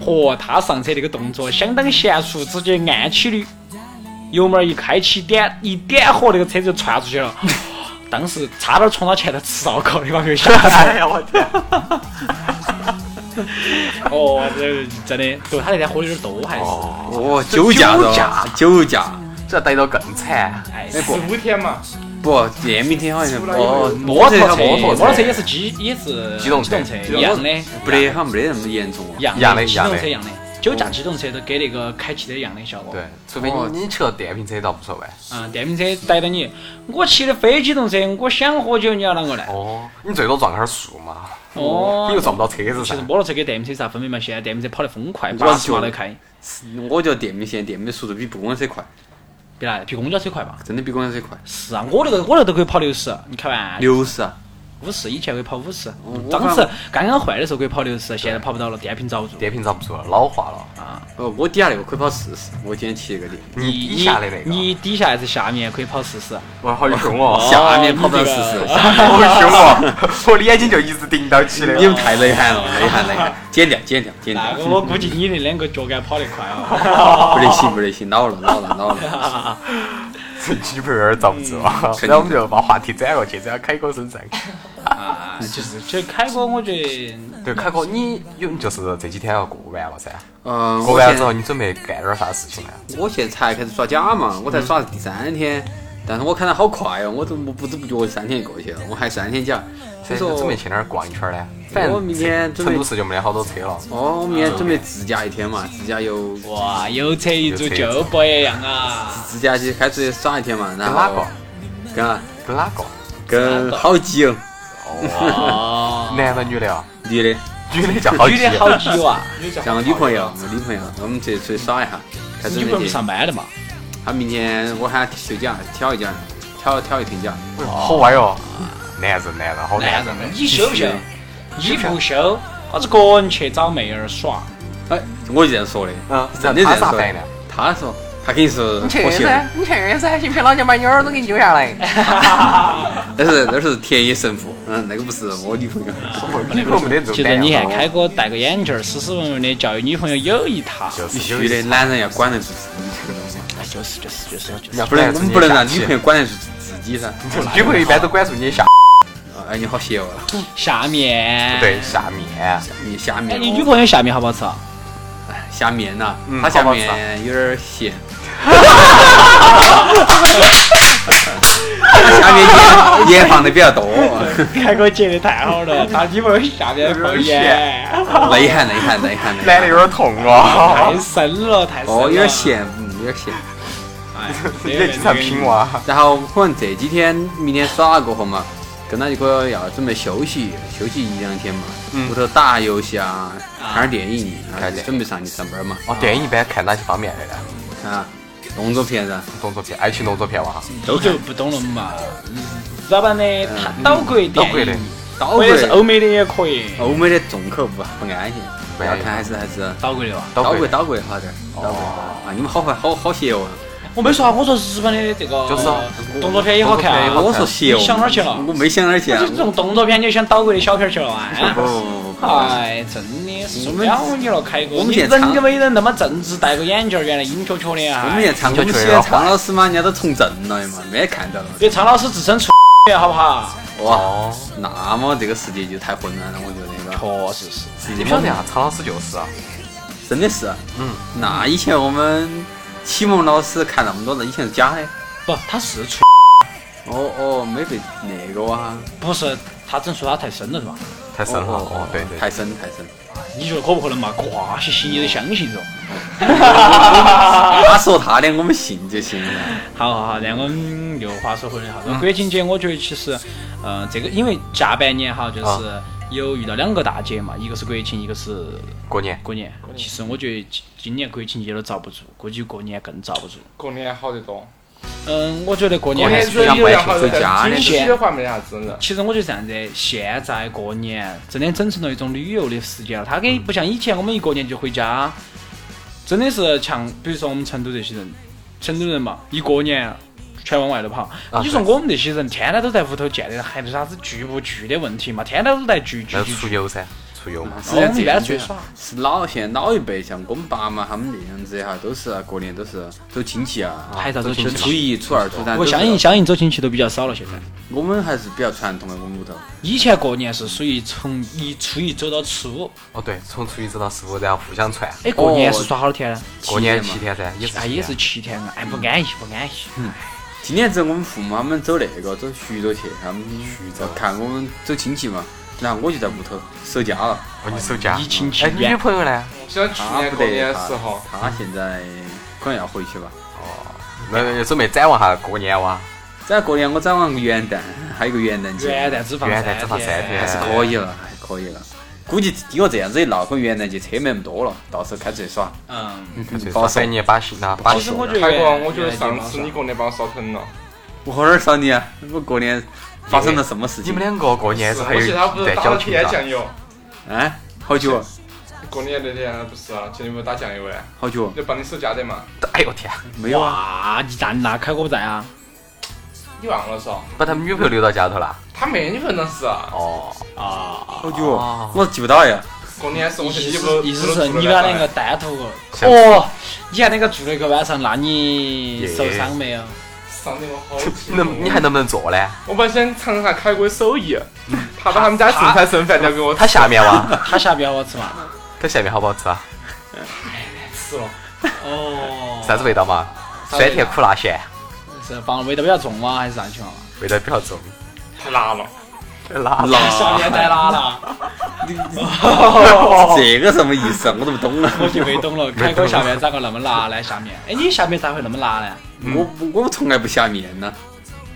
Speaker 5: 嚯，他上车那个动作相当娴熟，直接按起的油门一开起点一点火，那个车子就窜出去 了。当时差点冲到前头吃烧烤，你把没有想到？
Speaker 6: 哎呀，我天！
Speaker 5: 哦，这真的，对他那天喝的有点多，还是
Speaker 6: 哦，
Speaker 8: 哦，酒驾
Speaker 5: 酒驾
Speaker 8: 的，酒驾。
Speaker 6: 这逮到更惨。
Speaker 5: 哎，
Speaker 7: 十五天嘛，
Speaker 8: 不，电瓶车好像
Speaker 7: 出来一个
Speaker 8: 哦，
Speaker 5: 摩
Speaker 8: 托
Speaker 5: 托
Speaker 8: 车，摩
Speaker 5: 摩托
Speaker 8: 托
Speaker 5: 车
Speaker 8: 车
Speaker 5: 也是机，也是
Speaker 6: 机动车
Speaker 5: 车
Speaker 6: 机
Speaker 5: 一
Speaker 6: 动车
Speaker 5: 样的，
Speaker 8: 不得，好像没得那么严重
Speaker 5: 一
Speaker 8: 哦。
Speaker 5: 样
Speaker 6: 一样的
Speaker 5: 机动
Speaker 6: 一样
Speaker 5: 车
Speaker 6: 的
Speaker 5: 一样的，酒驾机动车都给那个开汽车一样的效果。
Speaker 6: 对，除非你你骑了电瓶车倒无所谓。
Speaker 5: 啊，电瓶车逮到你，我骑的非机动车，我想喝酒，你要啷个来？
Speaker 6: 哦，你最多撞下树嘛。
Speaker 5: 哦
Speaker 6: 你又撞不到车子
Speaker 5: 其
Speaker 6: 上
Speaker 5: 实。摩托车跟电瓶车有啥分别嘛？现在电瓶车跑得疯快，
Speaker 8: 我
Speaker 5: 八十
Speaker 8: 觉
Speaker 5: 码
Speaker 8: 得
Speaker 5: 都开，
Speaker 8: 我觉得电瓶车电瓶的速度比公交车快，
Speaker 5: 比哪比公交车快吧？
Speaker 8: 真的比公交车快，
Speaker 5: 是啊，我那个我那个都可以跑六十，你开玩笑，
Speaker 8: 六十啊！
Speaker 5: 五十以前可以跑五十
Speaker 8: 我，
Speaker 5: 当时刚刚换的时候可以跑六十，现在跑不到了，电瓶遭不住。
Speaker 6: 电瓶遭不住了，老化了。
Speaker 8: 哦，我底下那个可以跑四十，我今天骑那个电，
Speaker 6: 你
Speaker 5: 你
Speaker 6: 你下来那个，
Speaker 5: 你底下还是下面可以跑四十，
Speaker 6: 哇，好凶哦，
Speaker 8: 下面跑不到
Speaker 5: 你
Speaker 8: 四
Speaker 5: 这个
Speaker 8: 十，
Speaker 6: 好凶哦， 我的眼睛就一直盯到起来
Speaker 8: 你
Speaker 6: 了。
Speaker 8: 们太内涵了，内涵内涵，剪掉剪掉剪
Speaker 5: 那
Speaker 8: 掉，
Speaker 5: 个啊我估计你的两个脚杆跑得快啊。
Speaker 8: 不得行不得行，老了老了老了，
Speaker 6: 女朋友遭不住啊，
Speaker 8: 肯 定
Speaker 6: 然后我们就把话题转过去，转到凯哥身上。
Speaker 5: 啊，就是其实凯哥，我觉得
Speaker 6: 对，凯哥，你有就是这几天要过完了噻，
Speaker 8: 嗯，
Speaker 6: 过
Speaker 8: 我
Speaker 6: 完
Speaker 8: 现
Speaker 6: 了之后你准备干点啥事情呢？
Speaker 8: 我现在才开始耍假嘛，我才耍第三天，但是我看他好快哦，我都不不知不觉三天就过去了，我还三天假。
Speaker 6: 所以
Speaker 8: 我
Speaker 6: 你
Speaker 8: 说
Speaker 6: 准备去哪儿逛一圈呢？反
Speaker 8: 我
Speaker 6: 正
Speaker 8: 明天准
Speaker 6: 成
Speaker 8: 备
Speaker 6: 都，市就没得好多车了。
Speaker 8: 哦，我明天准备自驾一天嘛，自驾游，
Speaker 5: 哇，有车一族就不一样啊。
Speaker 8: 自驾去开出去耍一天嘛，然
Speaker 6: 跟哪个
Speaker 8: 后？跟啊
Speaker 6: 跟哪个？
Speaker 8: 跟好基友，
Speaker 5: 哦，
Speaker 6: 男的女的 啊？
Speaker 8: 女的，
Speaker 6: 女的叫好啊
Speaker 5: 女的好挤哇，
Speaker 8: 像我女朋友，我女朋友，我们去出去耍一下，开始
Speaker 5: 你不
Speaker 8: 准备
Speaker 5: 用
Speaker 8: 去
Speaker 5: 上。班的嘛？
Speaker 8: 他明天我喊他休假，挑一假，挑挑一天假。
Speaker 6: 好歪哦，男人男人好
Speaker 5: 男
Speaker 6: 男
Speaker 5: 人
Speaker 6: 人。
Speaker 5: 哎你休不休？你不休，老子个人去找妹儿 耍。
Speaker 8: 哎，我就这样说的，
Speaker 6: 嗯，
Speaker 8: 真的这
Speaker 6: 他
Speaker 8: 样
Speaker 6: 啥
Speaker 8: 说
Speaker 6: 反应呢
Speaker 8: 的？。他说他肯定是妥协了。
Speaker 6: 噻，你去噻，去陪老娘把你耳朵给你揪下来。
Speaker 8: 那是那是田野神父，嗯，那个不是我女朋友。
Speaker 6: 你可没得这种
Speaker 5: 其实
Speaker 6: 胆
Speaker 5: 你看
Speaker 6: 量
Speaker 5: 凯哥戴个眼镜儿，斯斯文文的，教育女朋友有一套。
Speaker 6: 就
Speaker 8: 必
Speaker 6: 是有
Speaker 8: 须的，
Speaker 6: 一
Speaker 8: 男人要管得住自己这个东西，
Speaker 5: 哎就是就是就是就是。
Speaker 6: 要
Speaker 8: 不能我们不能让女朋
Speaker 6: 友
Speaker 8: 友管得住自己噻。
Speaker 6: 女朋友一般都管住你下
Speaker 8: 啊哎，你好邪哦，
Speaker 5: 下面。。
Speaker 6: 对下面，
Speaker 8: 你下
Speaker 5: 哎，
Speaker 8: 面
Speaker 5: 你女
Speaker 8: 哦
Speaker 5: 朋友下面好不好吃 啊？
Speaker 8: 下面呐
Speaker 6: 嗯，
Speaker 8: 她
Speaker 6: 好
Speaker 8: 下
Speaker 6: 不好吃啊
Speaker 8: 面有点咸。她下面盐盐放的比较多，
Speaker 5: 凯哥接的太好了，他女朋友下面
Speaker 6: 放
Speaker 5: 放
Speaker 6: 盐
Speaker 5: 盐，
Speaker 8: 内涵内涵内涵 内
Speaker 6: 来的
Speaker 8: 涵。
Speaker 6: 有点痛 哦。
Speaker 5: 太深了，太深了。
Speaker 8: 哦，有点。咸，嗯，有点咸。
Speaker 5: 哎，
Speaker 6: 你在经常拼哇？
Speaker 8: 然后可能这几天、明天耍了过后嘛，跟他一个要准备休息，休息一两天嘛，屋头打下游戏啊，看点电影，然
Speaker 6: 看
Speaker 8: 后
Speaker 6: 电影
Speaker 8: 准备上去上班嘛，
Speaker 6: 哦，电影一般看哪些方面的呢？
Speaker 8: 看啊动作片啊噻，
Speaker 6: 动作片、爱情动作片哇？
Speaker 5: 你就不懂了嘛。嗯老板的他岛国电
Speaker 6: 岛国的
Speaker 5: 影，
Speaker 8: 到
Speaker 5: 或者是
Speaker 8: 位。
Speaker 5: 欧美的也可以。
Speaker 8: 欧美的重口不啊不安全，不要
Speaker 6: 不安全
Speaker 8: 看还是还是
Speaker 5: 岛国的吧？
Speaker 8: 刀
Speaker 6: 刀
Speaker 8: 鬼
Speaker 6: 鬼
Speaker 8: 刀鬼好点儿，刀鬼啊！你们好坏好好邪哦，
Speaker 5: 我没说啊，我说日本的这个
Speaker 6: 就是啊
Speaker 5: 动作片也好看
Speaker 6: 动作片也
Speaker 5: 啊。
Speaker 6: 好看
Speaker 8: 我说邪哦，
Speaker 5: 你想哪儿去了
Speaker 8: 我没想哪儿去啊
Speaker 5: 就！这种动作片，你就想岛国的小片儿去 了啊？
Speaker 8: 不不不不，
Speaker 5: 哎，真的受不了你了，凯哥！
Speaker 8: 我们
Speaker 5: 你
Speaker 8: 现在
Speaker 5: 人都没人那么正直，戴个眼镜儿，原来阴戳戳的啊！
Speaker 8: 我们现在唱我
Speaker 6: 就
Speaker 8: 们
Speaker 6: 觉
Speaker 8: 喜
Speaker 6: 得要
Speaker 8: 欢苍
Speaker 6: 坏
Speaker 8: 老师嘛，人家都从政了嘛，没看到了。
Speaker 5: 别苍老师自称好不好？
Speaker 8: 哇
Speaker 6: 哦，
Speaker 8: 那么这个世界就太混乱了，我觉得那个
Speaker 5: 确实是。
Speaker 6: 你不晓得啊，苍老师就是啊，
Speaker 8: 真的是。嗯，那以前我们启蒙老师看那么多的，以前是假的。
Speaker 5: 不，他是出，
Speaker 8: 哦哦，没被那个啊，
Speaker 5: 不是他只能说他太深了是吧？
Speaker 6: 太深了
Speaker 8: 哦
Speaker 6: 哦，对对，
Speaker 8: 太深太深。
Speaker 5: 你觉得可不可能嘛？瓜兮兮你都相信 嗦？
Speaker 8: 他说他的，我们信就行了。
Speaker 5: 好好好，那我们又话说回来哈，这个
Speaker 7: 嗯
Speaker 5: 国庆节我觉得其实，呃，这个因为下半年哈，
Speaker 7: 啊
Speaker 5: 就是有遇到两个大节嘛，一个是国庆，一个是
Speaker 6: 过年
Speaker 5: 过年。其实我觉得今今年国庆节都遭不住，估计过年更遭不住。
Speaker 7: 过年好得多。
Speaker 5: 嗯，我觉得过年
Speaker 7: 过
Speaker 5: 还
Speaker 7: 年
Speaker 5: 是
Speaker 7: 子
Speaker 6: 非常
Speaker 7: 有点好得
Speaker 8: 回家
Speaker 7: 多，
Speaker 5: 的
Speaker 7: 经济喜欢没啥子了。
Speaker 5: 其实我觉得这样子，现在过年真的整成了一种旅游的时间了。它
Speaker 6: 嗯
Speaker 5: 跟不像以前我们一过年就回家，真的是像比如说我们成都这些人，成都人嘛，一过年全往外头跑。
Speaker 6: 啊
Speaker 5: 你说我们这些人天天都在屋头见的，还有啥子聚不聚的问题嘛？天天都在聚聚
Speaker 6: 要
Speaker 5: 聚
Speaker 6: 出
Speaker 5: 聚。
Speaker 6: 游噻，出游
Speaker 8: 啊嗯
Speaker 6: 嘛。
Speaker 5: 哦我们一般出去耍，
Speaker 8: 是老现在老一辈，像我们爸妈他们那样子哈，都是啊过年都是走亲戚啊，
Speaker 5: 还是要走亲戚
Speaker 8: 就初一、初二、初三。
Speaker 5: 我
Speaker 8: 都是
Speaker 5: 相信相信走亲戚都比较少了。现在
Speaker 8: 我们还是比较传统的，我们屋头。
Speaker 5: 以前过年是属于从一初一走到初五，
Speaker 6: 哦对，从初一走到十五，然后互相串。
Speaker 5: 哎，过年是耍好多天呢？啊
Speaker 6: 过年
Speaker 8: 嘛
Speaker 6: 哦七天噻，也是嗯
Speaker 5: 哎，
Speaker 6: 七
Speaker 5: 也
Speaker 6: 天
Speaker 5: 是七天啊，哎，不安逸，不安逸。
Speaker 8: 今年子我们父母他们走那个走徐州去，他们徐
Speaker 6: 州
Speaker 8: 看我们走亲戚嘛，然后我就在屋头守家了。
Speaker 6: 哦，你守家
Speaker 5: 疫情期
Speaker 6: 哎，你女
Speaker 5: 间
Speaker 6: 朋友呢？
Speaker 7: 我想去
Speaker 8: 他
Speaker 7: 年
Speaker 8: 啊不
Speaker 7: 过
Speaker 8: 得
Speaker 7: 年的
Speaker 8: 他
Speaker 7: 时候，
Speaker 8: 他现在可能要回去吧。
Speaker 6: 那那准备展望下过年哇？
Speaker 8: 再过年我展望个元旦，还有个元旦节，
Speaker 5: 元旦只放
Speaker 6: 元旦只放三天
Speaker 5: 天，
Speaker 8: 还是可以了，还可以了。估计经过这样子一闹，可能元旦节车没那么多了，到时候开出去耍。
Speaker 5: 嗯，
Speaker 6: 把三年把心呐，把
Speaker 5: 其实我觉得
Speaker 7: 开
Speaker 5: 元
Speaker 7: 哥，我觉得
Speaker 5: 元旦
Speaker 7: 上
Speaker 5: 节
Speaker 7: 次
Speaker 5: 嘛
Speaker 7: 你过年把我烧疼了。
Speaker 8: 我哪儿找你啊？我过年发生了什么事
Speaker 6: 你
Speaker 8: 情
Speaker 6: 们？两个过年
Speaker 7: 是
Speaker 6: 时候
Speaker 7: 我记得他不
Speaker 6: 有在
Speaker 7: 是打
Speaker 6: 交
Speaker 7: 了
Speaker 6: 情
Speaker 7: 天
Speaker 6: 的，
Speaker 7: 酱油，
Speaker 8: 啊，好久，
Speaker 7: 过年那天不是啊，前天不是打酱油哎，
Speaker 8: 好久啊
Speaker 7: 就帮你守家的嘛，
Speaker 6: 哎呦天啊，
Speaker 8: 没有啊？
Speaker 5: 哇，你咋你哪开过不在啊？
Speaker 7: 你忘了是吧？
Speaker 6: 把他们女朋友留到家头了。
Speaker 7: 他没女朋友当时啊，
Speaker 6: 哦，
Speaker 5: 啊，
Speaker 8: 好久
Speaker 6: 哦
Speaker 8: 哦，我记不到呀。
Speaker 7: 过年时候
Speaker 5: 意
Speaker 7: 我
Speaker 5: 思
Speaker 7: 去
Speaker 5: 是
Speaker 7: 你不
Speaker 5: 意思
Speaker 7: 不
Speaker 5: 是
Speaker 7: 能住
Speaker 5: 你把
Speaker 7: 了
Speaker 5: 那
Speaker 7: 噻
Speaker 5: 个单头狗
Speaker 6: 想
Speaker 5: 哦，你看那个住了一个晚上，那你受伤没有？
Speaker 7: 上的我 好气哦
Speaker 6: 能你还能不能做呢？
Speaker 7: 我本来想尝一下凯哥手艺，他把他们家剩菜剩饭都给我
Speaker 6: 它下面哇，
Speaker 5: 他下边我吃嘛？
Speaker 6: 它下面好不好吃啊？
Speaker 7: 吃了，
Speaker 5: 哦，
Speaker 6: 啥子味道嘛？
Speaker 5: 啥味道
Speaker 6: 酸甜苦辣咸，
Speaker 5: 是放味道比较重吗？还是啥情况嘛？
Speaker 6: 味道比较重，
Speaker 7: 太辣了。
Speaker 6: 辣
Speaker 5: 哎下边带拉了，
Speaker 8: 这个什么意思啊？我都不懂 了。
Speaker 5: 我就没懂了。开口下面咋个那么辣呢？下面，哎，你下面咋会那么辣呢？
Speaker 8: 我不我从来不下面呢，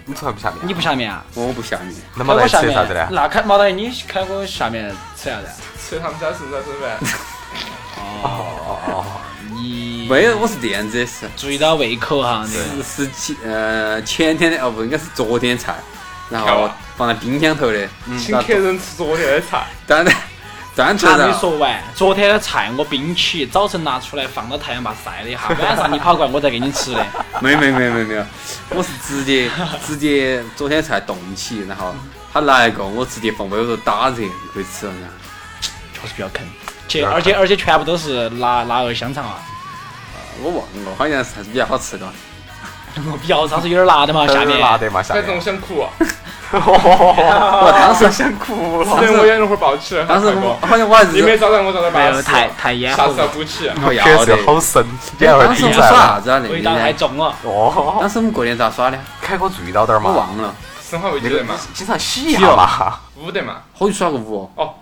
Speaker 6: 你从来不下面啊，
Speaker 5: 你不下面啊？
Speaker 8: 我不下面。
Speaker 6: 那
Speaker 5: 开
Speaker 6: 么
Speaker 5: 过
Speaker 6: 来
Speaker 5: 下
Speaker 6: 吃
Speaker 5: 面
Speaker 6: 啥子呢？
Speaker 5: 那开毛大爷，你开过下面吃啥子啊？
Speaker 7: 吃他们家剩菜剩饭，
Speaker 5: 你
Speaker 8: 没有，我是这样子的，是
Speaker 5: 注意到胃口哈，你
Speaker 8: 是是前呃前天的哦不应该是昨天菜，然
Speaker 7: 跳
Speaker 8: 后
Speaker 7: 啊
Speaker 8: 放在冰箱头的，
Speaker 7: 请
Speaker 8: 然后
Speaker 7: 客人吃昨天的菜，
Speaker 8: 端在端出来
Speaker 5: 还没
Speaker 8: 了。
Speaker 5: 说完，昨天的菜我冰起，早晨拿出来放到太阳把晒了 一下，晚上你跑过来我再给你吃的。
Speaker 8: 没没没没没有，我是直接直接昨天才冻起，然后他来一个，我直接放微波炉打热就可以吃了。
Speaker 5: 确实比较坑，且而且而且全部都是腊腊肉香肠啊，
Speaker 8: 我忘了，好像是还是比较好吃的。
Speaker 5: 我比较上次有点辣 的嘛，下面
Speaker 6: 辣的嘛，下
Speaker 7: 反正我
Speaker 6: 面。
Speaker 7: 想哭啊，
Speaker 8: 我当时
Speaker 6: 想哭
Speaker 7: 所以我也那会儿抱起来。
Speaker 8: 当时
Speaker 7: 凯
Speaker 8: 我
Speaker 7: 哥
Speaker 8: 好像我还是
Speaker 7: 你没找到我找到
Speaker 5: 没
Speaker 7: 巴
Speaker 5: 有
Speaker 7: 士，
Speaker 5: 太太咽
Speaker 7: 下
Speaker 5: 喉
Speaker 7: 次要
Speaker 5: 了，
Speaker 7: 补起。
Speaker 8: 我
Speaker 6: 确
Speaker 8: 要
Speaker 6: 实
Speaker 8: 的。
Speaker 6: 好深，眼儿
Speaker 8: 当时
Speaker 6: 滴
Speaker 8: 我们
Speaker 6: 出来
Speaker 8: 耍啥
Speaker 6: 了。
Speaker 8: 子啊？那
Speaker 5: 味道太
Speaker 8: 天
Speaker 5: 重了。
Speaker 6: 哦，
Speaker 8: 当时我们过年咋耍的？
Speaker 6: 开锅注意到点儿
Speaker 8: 我
Speaker 6: 嘛，
Speaker 8: 忘了，
Speaker 7: 生化危机
Speaker 6: 那
Speaker 7: 的
Speaker 6: 个
Speaker 7: 嘛，
Speaker 6: 经常洗一下嘛。
Speaker 7: 五的嘛，
Speaker 8: 好久耍个五哦，
Speaker 7: 哦，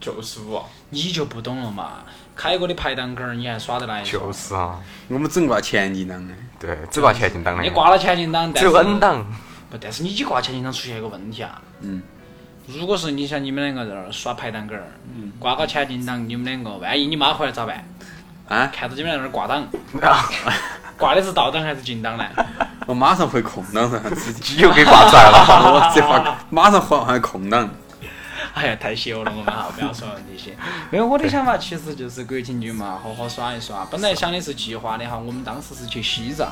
Speaker 7: 九十五，啊
Speaker 5: 你就不懂了嘛，开过的排档杆儿你还耍得来？
Speaker 6: 就是啊，
Speaker 8: 我们只能挂前几档的。
Speaker 6: 对，只挂前进档的
Speaker 5: 你，挂了前进档，但
Speaker 6: 只
Speaker 5: 是
Speaker 6: 有 N 档。
Speaker 5: 不，但是你一挂前进档出现一个问题啊。
Speaker 8: 嗯。
Speaker 5: 如果是你像你们两个在那儿耍排档杆儿，
Speaker 6: 嗯
Speaker 5: 挂个前进档，你们两个万一你妈回来咋办？
Speaker 8: 啊，
Speaker 5: 看到你们在那儿挂档，挂的是倒档还是进档呢？
Speaker 8: 我马上回空 档噻，直接
Speaker 6: 鸡又给挂出来了。
Speaker 8: 我这发马上换换空档。
Speaker 5: 哎呀，太邪恶了，我们哈，不要说这些。因为我的想法其实就是国庆节嘛，好好耍一耍。本来想的是计划的哈，我们当时是去西藏，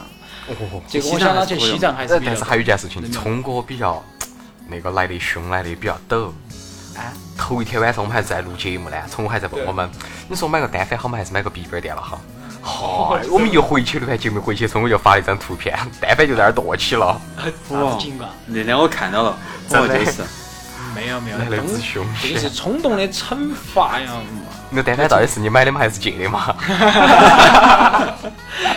Speaker 5: 结果我想到去西藏还是
Speaker 6: 呃
Speaker 5: 比较
Speaker 6: 但是还有一件事情，聪哥比较那个来的凶，来的比较陡。
Speaker 5: 啊
Speaker 6: 头一天晚上我们还在录节目呢，聪哥还在问我们，你说买个单反好吗？还是买个笔记本电脑好？
Speaker 5: 哦
Speaker 6: 好， 我们一回去录完节目回去，聪哥就发了一张图片， 单反就在那儿剁起了，
Speaker 5: 啥子情况？
Speaker 8: 那天我看到了，
Speaker 6: 真
Speaker 8: 我
Speaker 6: 的
Speaker 8: 就是
Speaker 5: 没有没有
Speaker 6: 来，了之
Speaker 5: 东
Speaker 6: 凶
Speaker 5: 这
Speaker 6: 险
Speaker 5: 个是。冲动的惩罚呀！嗯
Speaker 6: 你的单反到底是你买的吗？还是借的 嘛？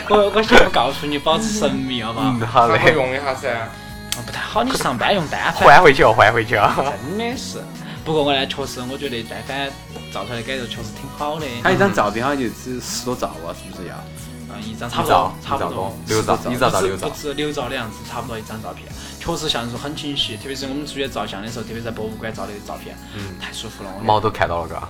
Speaker 5: 我我先不告诉你，保持神秘好不好
Speaker 6: 嗯，？好
Speaker 7: 他会
Speaker 6: 嘞，
Speaker 7: 用一下噻。
Speaker 5: 啊不太好，你上班用单反。
Speaker 6: 还回去哦，还回去哦。
Speaker 5: 真的是。不过我呢，确实我觉得单反照出来的感觉确实挺好的。
Speaker 8: 他
Speaker 6: 哎
Speaker 8: 一张照片好像就只十多兆吧，是不是要？
Speaker 5: 嗯，一张差
Speaker 6: 一
Speaker 5: 不
Speaker 6: 兆
Speaker 5: 多，，差
Speaker 6: 一兆
Speaker 5: 不多
Speaker 6: 多，，六兆，一兆到六
Speaker 5: 不
Speaker 6: 兆。
Speaker 5: 止六兆的样子，差不多一张照片，确实像素很清晰。特别是我们出去照相的时候，特别在博物馆照的照片，
Speaker 6: 嗯
Speaker 5: 太舒服了。我
Speaker 6: 毛都看到了，嘎。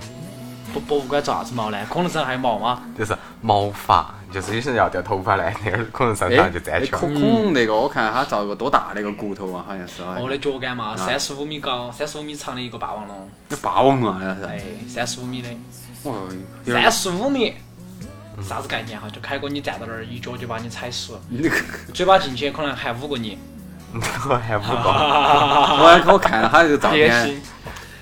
Speaker 5: 博博物馆照啥子毛呢？恐龙身上还有毛吗？
Speaker 6: 就是毛发，就是 有些人要掉头发嘞，那儿可能上
Speaker 8: 哎
Speaker 6: 上就粘，起来
Speaker 8: 恐
Speaker 7: 嗯
Speaker 6: 了。
Speaker 8: 恐龙那个，我看他照个多大的一个骨头啊，好像是，
Speaker 6: 哎
Speaker 7: 哦
Speaker 5: 我的脚杆嘛，
Speaker 8: 啊
Speaker 5: 三十五米高，三十五米长的一个霸王龙，
Speaker 8: 那霸王龙啊，好像是
Speaker 5: 哎，，三十五米的，
Speaker 8: 哦，有
Speaker 5: 三
Speaker 7: 啊
Speaker 8: 点，
Speaker 5: 十五米，啥子概念哈？就凯哥你站到那儿，一脚就把你踩死，
Speaker 8: 你那个，
Speaker 5: 嘴巴进去可能含五个你。
Speaker 6: 还不 够，
Speaker 8: 我还给我看了他这个哦照
Speaker 7: 也
Speaker 8: 片
Speaker 7: 行，，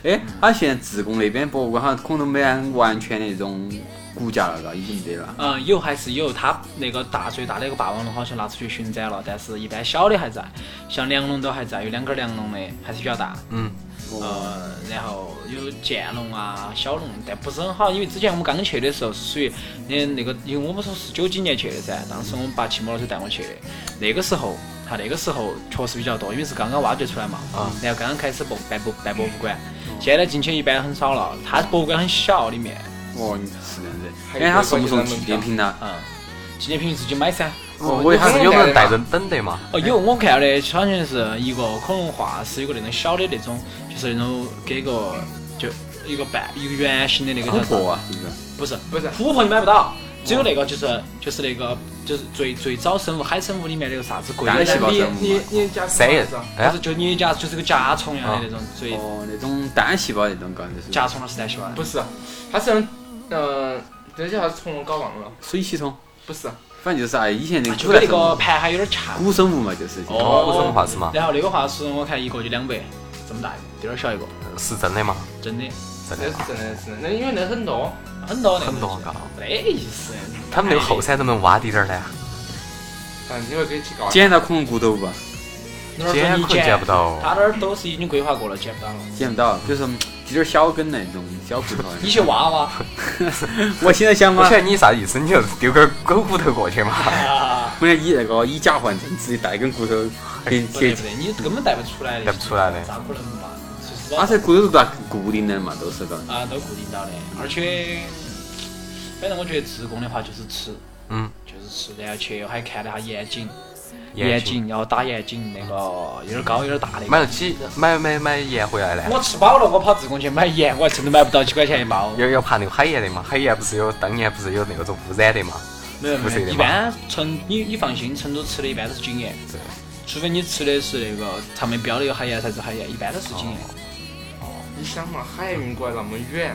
Speaker 8: 哎，他现在自贡那边博物馆好像恐龙没按完全的那种骨架了，嘎，已经没得了。
Speaker 5: 嗯，有还是有，它那个大最大的一个霸王龙好像拿出去巡展了，但是一般小的还在，像梁龙都还在，有两根梁龙的还是比较大。
Speaker 6: 嗯，
Speaker 7: 哦
Speaker 5: 呃，然后有剑龙啊、小龙，但不是很好，因为之前我们刚去的时候是属于那那个，因为我们说是九几年去的噻，当时我们爸骑摩托车带我去的，那个时候他那个时候确实比较多，因为是刚刚挖掘出来嘛，
Speaker 6: 啊
Speaker 5: 然后刚刚开始博办博办博物馆，现在进去一般很少了，它博物馆很小里面，
Speaker 8: 哦，是这样子，
Speaker 7: 还
Speaker 8: 因
Speaker 7: 有
Speaker 8: 为他送不送纪念品呢？
Speaker 5: 嗯，纪念品自己买噻。
Speaker 6: 我我
Speaker 7: 他
Speaker 6: 是有人带着等的嘛？
Speaker 5: 哦，有我看到的，好像是一个恐龙化石，有个那种小的那种，就是那种给个就一个半一个圆形的那个叫
Speaker 8: 琥
Speaker 5: 啥
Speaker 8: 珀啊，是不是？
Speaker 5: 不是
Speaker 7: 不是
Speaker 5: 琥珀你买不到，只有那个就是就是那个就是最最早生物海生物里面那个啥子贵
Speaker 8: 单细胞
Speaker 5: 的，
Speaker 8: 生
Speaker 7: 你
Speaker 8: 物嘛
Speaker 7: 你你家
Speaker 6: 三人
Speaker 7: 是啊吧，
Speaker 5: 就
Speaker 6: 哎
Speaker 5: 是，就你甲就是个甲虫一样的那种最
Speaker 8: 哦，那种单细胞那种搞的是
Speaker 5: 甲虫还是单细胞的？
Speaker 7: 不是，啊他是嗯，这叫啥虫我搞忘了，
Speaker 8: 水栖虫，
Speaker 7: 不是，
Speaker 8: 反正就是啊，以前那个
Speaker 5: 就
Speaker 8: 古
Speaker 5: 跟
Speaker 8: 代
Speaker 5: 那
Speaker 8: 生
Speaker 5: 个
Speaker 8: 物，
Speaker 5: 盘还有点像。
Speaker 8: 古生物嘛，就是
Speaker 5: 哦
Speaker 6: 古生物化石嘛，
Speaker 5: 然后那个化石我看一个就两百，这么大一个，这点小一个，
Speaker 6: 是真的吗？
Speaker 5: 真的
Speaker 6: 真
Speaker 7: 这
Speaker 6: 的
Speaker 7: 是。真的是，那因为那很多，
Speaker 5: 很多那
Speaker 6: 很多
Speaker 5: 个
Speaker 6: 嘎
Speaker 5: 东西，没得意思。
Speaker 6: 他们那个后山能不能挖低点儿呢？
Speaker 7: 嗯，你会可以去搞。
Speaker 8: 捡到恐龙骨头吧，
Speaker 5: 哪儿
Speaker 6: 捡
Speaker 5: 说你
Speaker 6: 可能捡不到
Speaker 5: 他那儿都是已经规划过了，捡不到了。
Speaker 8: 捡不到，就是滴点儿小根那种小骨头。
Speaker 5: 你去挖挖，
Speaker 8: 我现在想
Speaker 6: 我
Speaker 8: 嘛
Speaker 6: 晓，得你啥意思，你就是丢根狗骨头过去嘛。
Speaker 5: 啊，
Speaker 8: 我想以那个以假换真，直接带根骨头给
Speaker 5: 不得
Speaker 8: 给
Speaker 5: 不。得，你根本带不出来的，
Speaker 6: 带不出来啊的
Speaker 5: 咋可能嘛？就是说
Speaker 8: 而啊且骨头是咋固定的嘛，都是个。
Speaker 5: 啊，都固定到的，而且，反正我觉得自贡的话就是吃，
Speaker 6: 嗯，
Speaker 5: 就是吃，然后去还看了下眼睛，
Speaker 6: 眼睛
Speaker 5: 睛要打眼睛，那个有点高有点大那
Speaker 6: 买
Speaker 5: 个。
Speaker 6: 了几买买买盐回来呢？
Speaker 5: 我吃饱了，我跑自贡去买盐，我还真的买不到几块钱一包。
Speaker 6: 要要爬那个海盐的嘛？海盐不是有当年不是有那种污染的嘛？
Speaker 5: 没有
Speaker 6: 不是
Speaker 5: 没有，
Speaker 6: 的
Speaker 5: 一
Speaker 6: 嘛
Speaker 5: 般成你你放心，成都吃的一般都是井盐，
Speaker 6: 对，
Speaker 5: 除非你吃的是那个上面标的有海盐才是海盐，一般都是井
Speaker 6: 哦
Speaker 5: 盐。
Speaker 7: 你想嘛，海运过来那么远，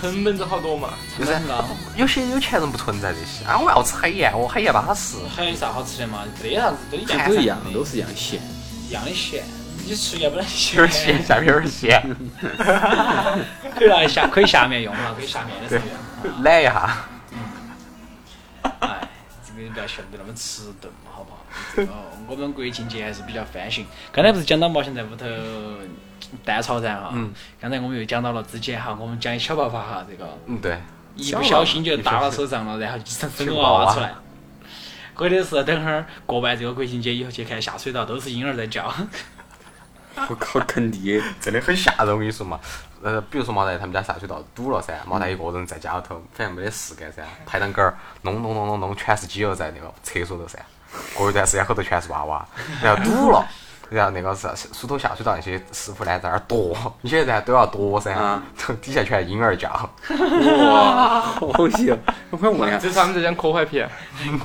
Speaker 7: 成本都好多嘛。
Speaker 6: 就是
Speaker 5: 成本高
Speaker 6: 有些有钱人不存在这些啊！我要吃海盐，我海盐巴适。
Speaker 5: 还有啥好吃的嘛？没得啥子，都一样，
Speaker 8: 都一样，都是一样咸。
Speaker 5: 一样的咸。你吃盐不能咸，
Speaker 6: 有点咸，下面有点咸，
Speaker 5: 可以拿来啊下，可以下面用啊哈，可以下面的时候用。
Speaker 6: 懒一下。
Speaker 5: 哎，这个你不要炫得那么迟钝嘛，好不好？这个我们国庆节还是比较翻新。刚才不是讲到毛线在屋头呃蛋炒噻哈？
Speaker 6: 嗯。
Speaker 5: 刚才我们又讲到了之前哈，我们讲小爆发哈，这个
Speaker 6: 嗯，对，
Speaker 5: 一不小心就打到手上了，然后就生生
Speaker 6: 小
Speaker 5: 娃
Speaker 6: 娃
Speaker 5: 娃
Speaker 6: 娃
Speaker 5: 出来。或者是等会儿过完这个国庆节以后去看下水道，都是婴儿在
Speaker 6: 哦
Speaker 5: 叫。
Speaker 8: 我靠，坑爹！
Speaker 6: 真的很吓人。我跟你说嘛，呃，比如说毛蛋他们家下水道堵了噻，毛蛋一个人在家里头，反正没得事干噻，排档杆儿弄弄弄弄弄，全是挤油在那个厕所头噻。过一段时间后头全是娃娃，然后堵了。然后那个啥，梳头下水道那些师傅呢，在那儿跺，你现在都要跺噻
Speaker 8: 啊，
Speaker 6: 底下全是婴儿叫。
Speaker 8: 哇， 好邪！我快问一下，
Speaker 7: 这是他们在讲科幻片，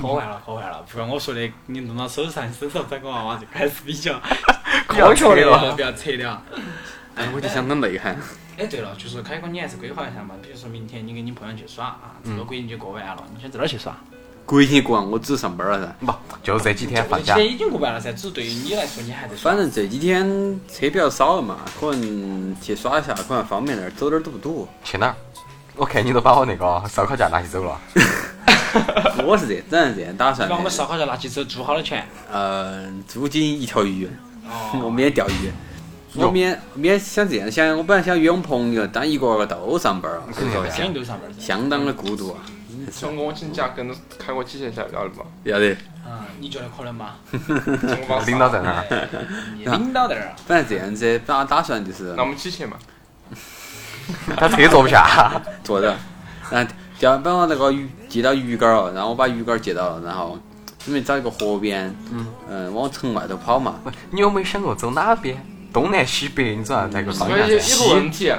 Speaker 5: 科幻了，科幻了。不然我说的，你弄到手上，身上长个娃娃就开始比较
Speaker 6: 比较
Speaker 5: 科学
Speaker 6: 扯
Speaker 5: 了，
Speaker 6: 了
Speaker 5: 比较扯了。
Speaker 8: 哎，我就想到内涵，
Speaker 5: 哎，对了，就是开个你还是规划一下嘛，比如说明天你跟你朋友去耍啊，这个
Speaker 6: 嗯
Speaker 5: 国庆节过完了，你先在哪儿去耍？
Speaker 8: 国庆过完我只上班了噻。
Speaker 6: 不，就这几天
Speaker 5: 国
Speaker 6: 放
Speaker 5: 庆
Speaker 6: 假
Speaker 5: 节，已经过完了噻，只是对于你来说，你还在耍
Speaker 8: 反。正这几天车比较少了嘛，可能去耍一下，可能方便点儿，走点儿都不 堵。
Speaker 6: 去哪儿？我看你都把我那个烧烤架拿起走了。
Speaker 8: 我是这，咱是这样打算
Speaker 5: 把我们烧
Speaker 8: 的。
Speaker 5: 烤架拿去走，租好 了钱。
Speaker 8: 呃，租金一条鱼，我
Speaker 5: 哦，
Speaker 8: 们也钓鱼。
Speaker 6: 哟
Speaker 8: 我明天明天想这样想，我本来想约我朋友，但一个个都上班了，所以说
Speaker 5: 肯定都上班噻。
Speaker 8: 相当的孤独啊。
Speaker 7: 从我请假跟着开过几节下了 不？
Speaker 8: 要得，
Speaker 5: 嗯，你觉得可能吗？
Speaker 7: 从我
Speaker 6: 领导在那儿，
Speaker 5: 哎你领导在那儿啊，
Speaker 8: 反正这样子打打算就是
Speaker 7: 那我们一起去嘛。
Speaker 6: 他车坐不下。
Speaker 8: 坐着，然后钓，把我那个鱼借到鱼竿儿了，然后我把鱼竿儿借到了，然后准备找一个河边，嗯，往城外头跑嘛。
Speaker 6: 不你有没有想过走哪边？东南西北，你总要在一个方
Speaker 7: 所
Speaker 6: 向
Speaker 7: 以有有个
Speaker 6: 西。
Speaker 7: 问题，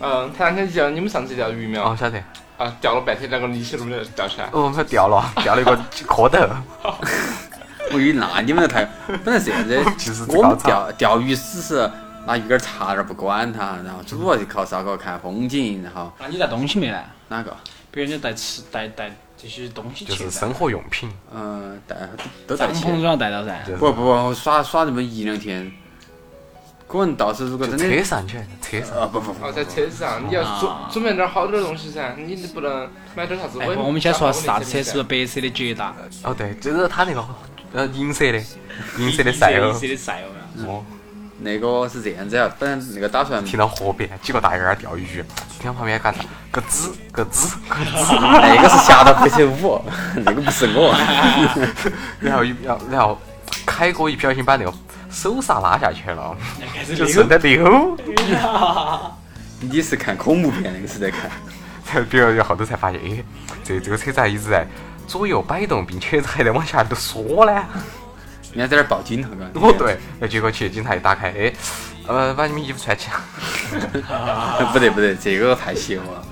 Speaker 7: 嗯，他那天讲你们上次钓鱼没
Speaker 6: 哦，
Speaker 7: 有？
Speaker 6: 晓得。
Speaker 7: 啊，钓了半天那个泥鳅都没得钓起来。
Speaker 6: 哦，他掉了，掉了一个蝌蚪。，
Speaker 8: 我以为那你们太，本来是这样 子
Speaker 6: 其实是
Speaker 8: 我
Speaker 6: 搞
Speaker 8: 们
Speaker 6: 差。
Speaker 8: 钓钓鱼只是拿鱼竿儿插那儿不管它，然后主要就靠烧烤看风景，然后
Speaker 5: 那你带东西没呢？
Speaker 8: 哪个？
Speaker 5: 比如你带吃带带这些东西
Speaker 6: 就
Speaker 5: 去
Speaker 6: 是
Speaker 5: 噻，
Speaker 6: 生活用品，
Speaker 8: 嗯、带都
Speaker 5: 帐
Speaker 8: 带
Speaker 5: 篷
Speaker 8: 钱
Speaker 5: 都。要带到噻。
Speaker 6: 就是
Speaker 8: 不不不，我耍耍那么一两天，可能到时候如果
Speaker 6: 就
Speaker 8: 真
Speaker 6: 车
Speaker 8: 的
Speaker 6: 上去，车上。
Speaker 8: 啊不不不，
Speaker 7: 哦，在车子上，你要
Speaker 5: 啊
Speaker 7: 准准备点好点东西噻，你不能买点啥子
Speaker 5: 哎，
Speaker 7: 伪。
Speaker 5: 我们先说啥子车？是不是白色的捷达？
Speaker 6: 哦对，就是他那个呃银色的，银色的哦赛
Speaker 5: 欧，
Speaker 6: 欧
Speaker 5: 银。色的赛欧嘛。
Speaker 6: 哦，
Speaker 8: 那个是这样子啊，本来那个打算
Speaker 6: 停到河边，几个大爷儿钓鱼，听到旁边嘎吱咯吱咯 吱咯吱。
Speaker 8: 那个 是侠盗飞车五，那个不是我。
Speaker 6: 然后一然后然后咔海哥一不小心把那个手刹拉下去了，
Speaker 5: 哎开始
Speaker 6: 就顺着溜。
Speaker 8: 你是看恐怖片那个是在看？
Speaker 6: 才比如后头才发现，哎，这这个车咋一直在左右摆动，并且还在往下头缩呢？
Speaker 8: 人家在那儿报警了，刚刚
Speaker 6: 哦，对，那结果去警察一打开，哎，呃，把你们衣服穿起来。
Speaker 8: 不对不对，这个太邪乎了。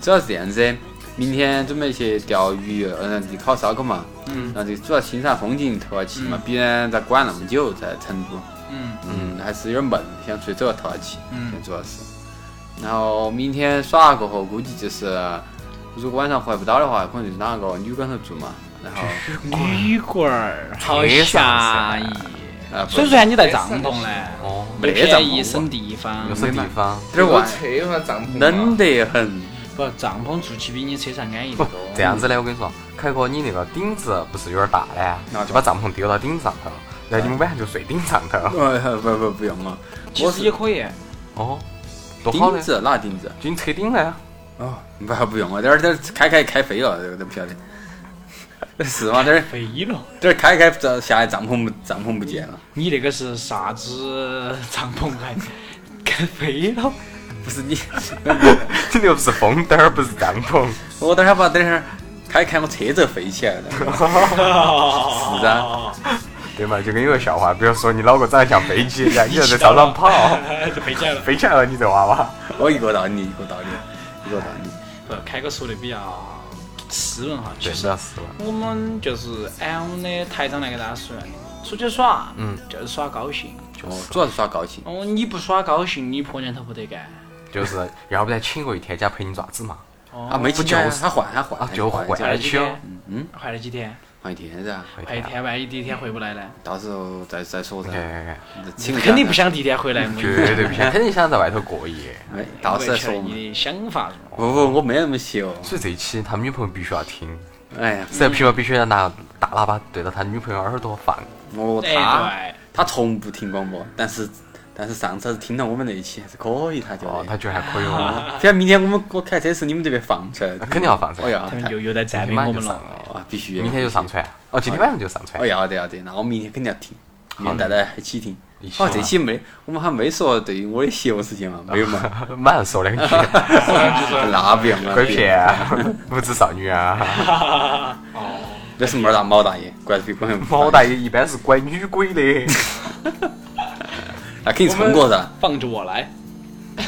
Speaker 8: 主要是这样子，明天准备去钓鱼，嗯，去烤烧烤嘛。
Speaker 5: 嗯
Speaker 8: 然后就主要欣赏风景透下气嘛，毕竟咱管那么久在成都，
Speaker 5: 嗯
Speaker 8: 嗯，还是有点闷，想出去走下透下气。
Speaker 5: 嗯
Speaker 8: 现在主要是。然后明天耍了过后，估计就是，如果晚上回不到的话，可能就哪个旅馆头住嘛。然后，
Speaker 5: 旅馆儿好下意，
Speaker 8: 啊，不
Speaker 5: 所以说你带帐篷嘞，
Speaker 6: 哦，
Speaker 5: 没
Speaker 8: 没帐
Speaker 5: 便宜
Speaker 8: 篷
Speaker 5: 省地方
Speaker 6: 有，什么地方？
Speaker 8: 有点晚，
Speaker 7: 车和帐篷啊
Speaker 8: 冷得很。
Speaker 5: 不帐篷住起比你车上安逸
Speaker 6: 不
Speaker 5: 得多。，
Speaker 6: 这样子嘞，我跟你说，凯哥，你那个顶子不是有点大嘞？就把帐篷丢到顶上头，然后你们晚上就睡顶上头。
Speaker 8: 呃，不不不用了，
Speaker 5: 其
Speaker 8: 我
Speaker 5: 实
Speaker 8: 是
Speaker 5: 也可以，
Speaker 6: 哦，多好
Speaker 8: 钉
Speaker 6: 嘞！
Speaker 8: 子，哪个钉子？
Speaker 6: 就你车顶嘞。
Speaker 8: 哦，不不用了，等会儿等会儿开开开飞了，这个都不晓得。 是吗？等会儿
Speaker 5: 飞了。
Speaker 8: 等会儿开开这下来帐篷不帐篷不见了，
Speaker 5: 你那个是啥子帐篷还开飞了？
Speaker 8: 不是你，
Speaker 6: 你又不是风灯儿，不是帐篷，
Speaker 8: 我等会儿把等会儿开开我车子飞起来了，是啊，
Speaker 6: 对嘛？就跟有个笑话，比如说你脑壳长得像飞机一样，你就在操场跑，
Speaker 5: 就飞起来了。
Speaker 6: 飞起来了，你这娃娃。
Speaker 8: 我一个道理一个道理一个道理，
Speaker 5: 不，开哥说的比较斯文哈，其
Speaker 6: 对，
Speaker 5: 实
Speaker 6: 要死了。
Speaker 5: 我们就是按我们的台长来给大家说，出去耍，
Speaker 6: 嗯，
Speaker 5: 就是耍高兴。
Speaker 8: 哦，主要是耍高兴，
Speaker 5: 哦，你不耍高兴，你破年头不得干。
Speaker 6: 就是要不然请个一天假陪你爪子嘛，
Speaker 5: 哦，
Speaker 8: 啊，没
Speaker 6: 不
Speaker 8: 请
Speaker 6: 就是
Speaker 8: 他换他换
Speaker 6: 啊就换
Speaker 8: 换一
Speaker 5: 坏
Speaker 8: 下
Speaker 5: 了几
Speaker 6: 去哦
Speaker 5: 天，
Speaker 8: 嗯，
Speaker 5: 坏了几天，
Speaker 8: 换一天噻，
Speaker 5: 坏一哎天，万一第一天回不 来呢？
Speaker 8: 到时候再再说
Speaker 6: 哎对
Speaker 8: 噻，
Speaker 6: 对对，
Speaker 8: 请个假
Speaker 5: 肯定不，想第一天回来，我
Speaker 6: 哎绝对不行，肯定想在外头过夜。
Speaker 8: 哎到时
Speaker 5: 再
Speaker 8: 再说嘛，
Speaker 5: 你的想法是吗？
Speaker 8: 不不，我没那么邪哦，
Speaker 6: 所以这一期他女朋友必须要听，
Speaker 8: 哎呀，
Speaker 6: 实在不行必须要拿大喇叭对着他女朋友耳朵放。
Speaker 8: 我他。
Speaker 5: 哎，
Speaker 8: 他从不听广播，但是但是上次还是听了我们那一期还是可以，他觉
Speaker 6: 哦，
Speaker 8: 得。
Speaker 6: 他觉得还可以哦，
Speaker 8: 只要明天我们我开车时，你们这边放出来
Speaker 6: 那，啊肯定要放噻
Speaker 8: 我要
Speaker 5: 对，他
Speaker 8: 看
Speaker 5: 们又又在占
Speaker 6: 今天
Speaker 5: 领
Speaker 6: 晚
Speaker 5: 我
Speaker 6: 上就
Speaker 5: 们
Speaker 6: 上了，
Speaker 5: 了。
Speaker 8: 啊，必须要
Speaker 6: 明天就上。传。哦，今天晚上就上传
Speaker 8: 哦，。要得要得，那我明天肯定要听，明天大家一起听
Speaker 6: 一。起
Speaker 8: 哦
Speaker 6: 嘛，
Speaker 8: 这期没，我们还没说对于我的邪恶事情嘛，没有嘛？
Speaker 6: 马上说两句，
Speaker 8: 那不用 了，
Speaker 6: 鬼片，无知少女啊，
Speaker 8: 那是猫大毛大爷，怪比官
Speaker 6: 毛大，爷一般是拐女鬼的。
Speaker 8: 那肯定冲过噻。
Speaker 5: 放着我来，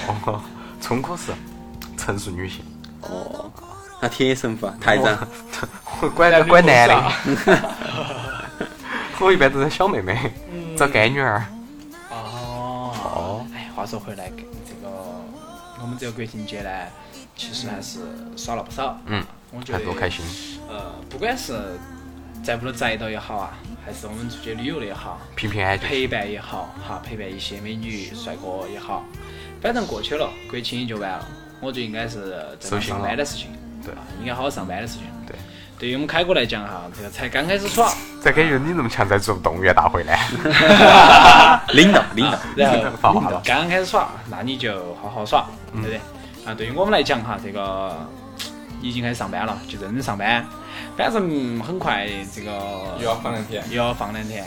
Speaker 6: 哦，聪哥是成熟女性，
Speaker 8: 哦，那铁神父啊，台长，
Speaker 6: 我拐都拐男的。我一般都是小妹妹，找干女儿。
Speaker 5: 哦，哎，话说回来，这个我们这个国庆节呢，其实还是耍了不少。
Speaker 6: 嗯，
Speaker 5: 我觉
Speaker 6: 还
Speaker 5: 得
Speaker 6: 多开心。
Speaker 5: 呃，不管是在屋头宅到也好啊，还是我们出去旅游的也好，
Speaker 6: 平平安安就行。
Speaker 5: 陪伴也好，哈，陪伴一些美女帅哥也好，反正过去了，国庆也就完了。我就应该是
Speaker 6: 收
Speaker 5: 正常
Speaker 6: 心
Speaker 5: 上
Speaker 6: 了
Speaker 5: 班的事情，
Speaker 6: 对
Speaker 5: 啊，应该好好上班的事情。
Speaker 6: 对，
Speaker 5: 对于我们开哥来讲哈，这个才刚开 始耍，
Speaker 6: 咋感觉你那么像在做动物园大会呢？
Speaker 8: 领导领导，
Speaker 5: 然后
Speaker 6: 发话了
Speaker 5: 刚刚开始耍，那你就好好耍，
Speaker 6: 嗯
Speaker 5: 对不对？啊，对于我们来讲哈，这个已经开始上班了，就认真上班。反正很快这个
Speaker 7: 又要放两天，
Speaker 5: 又要放两天，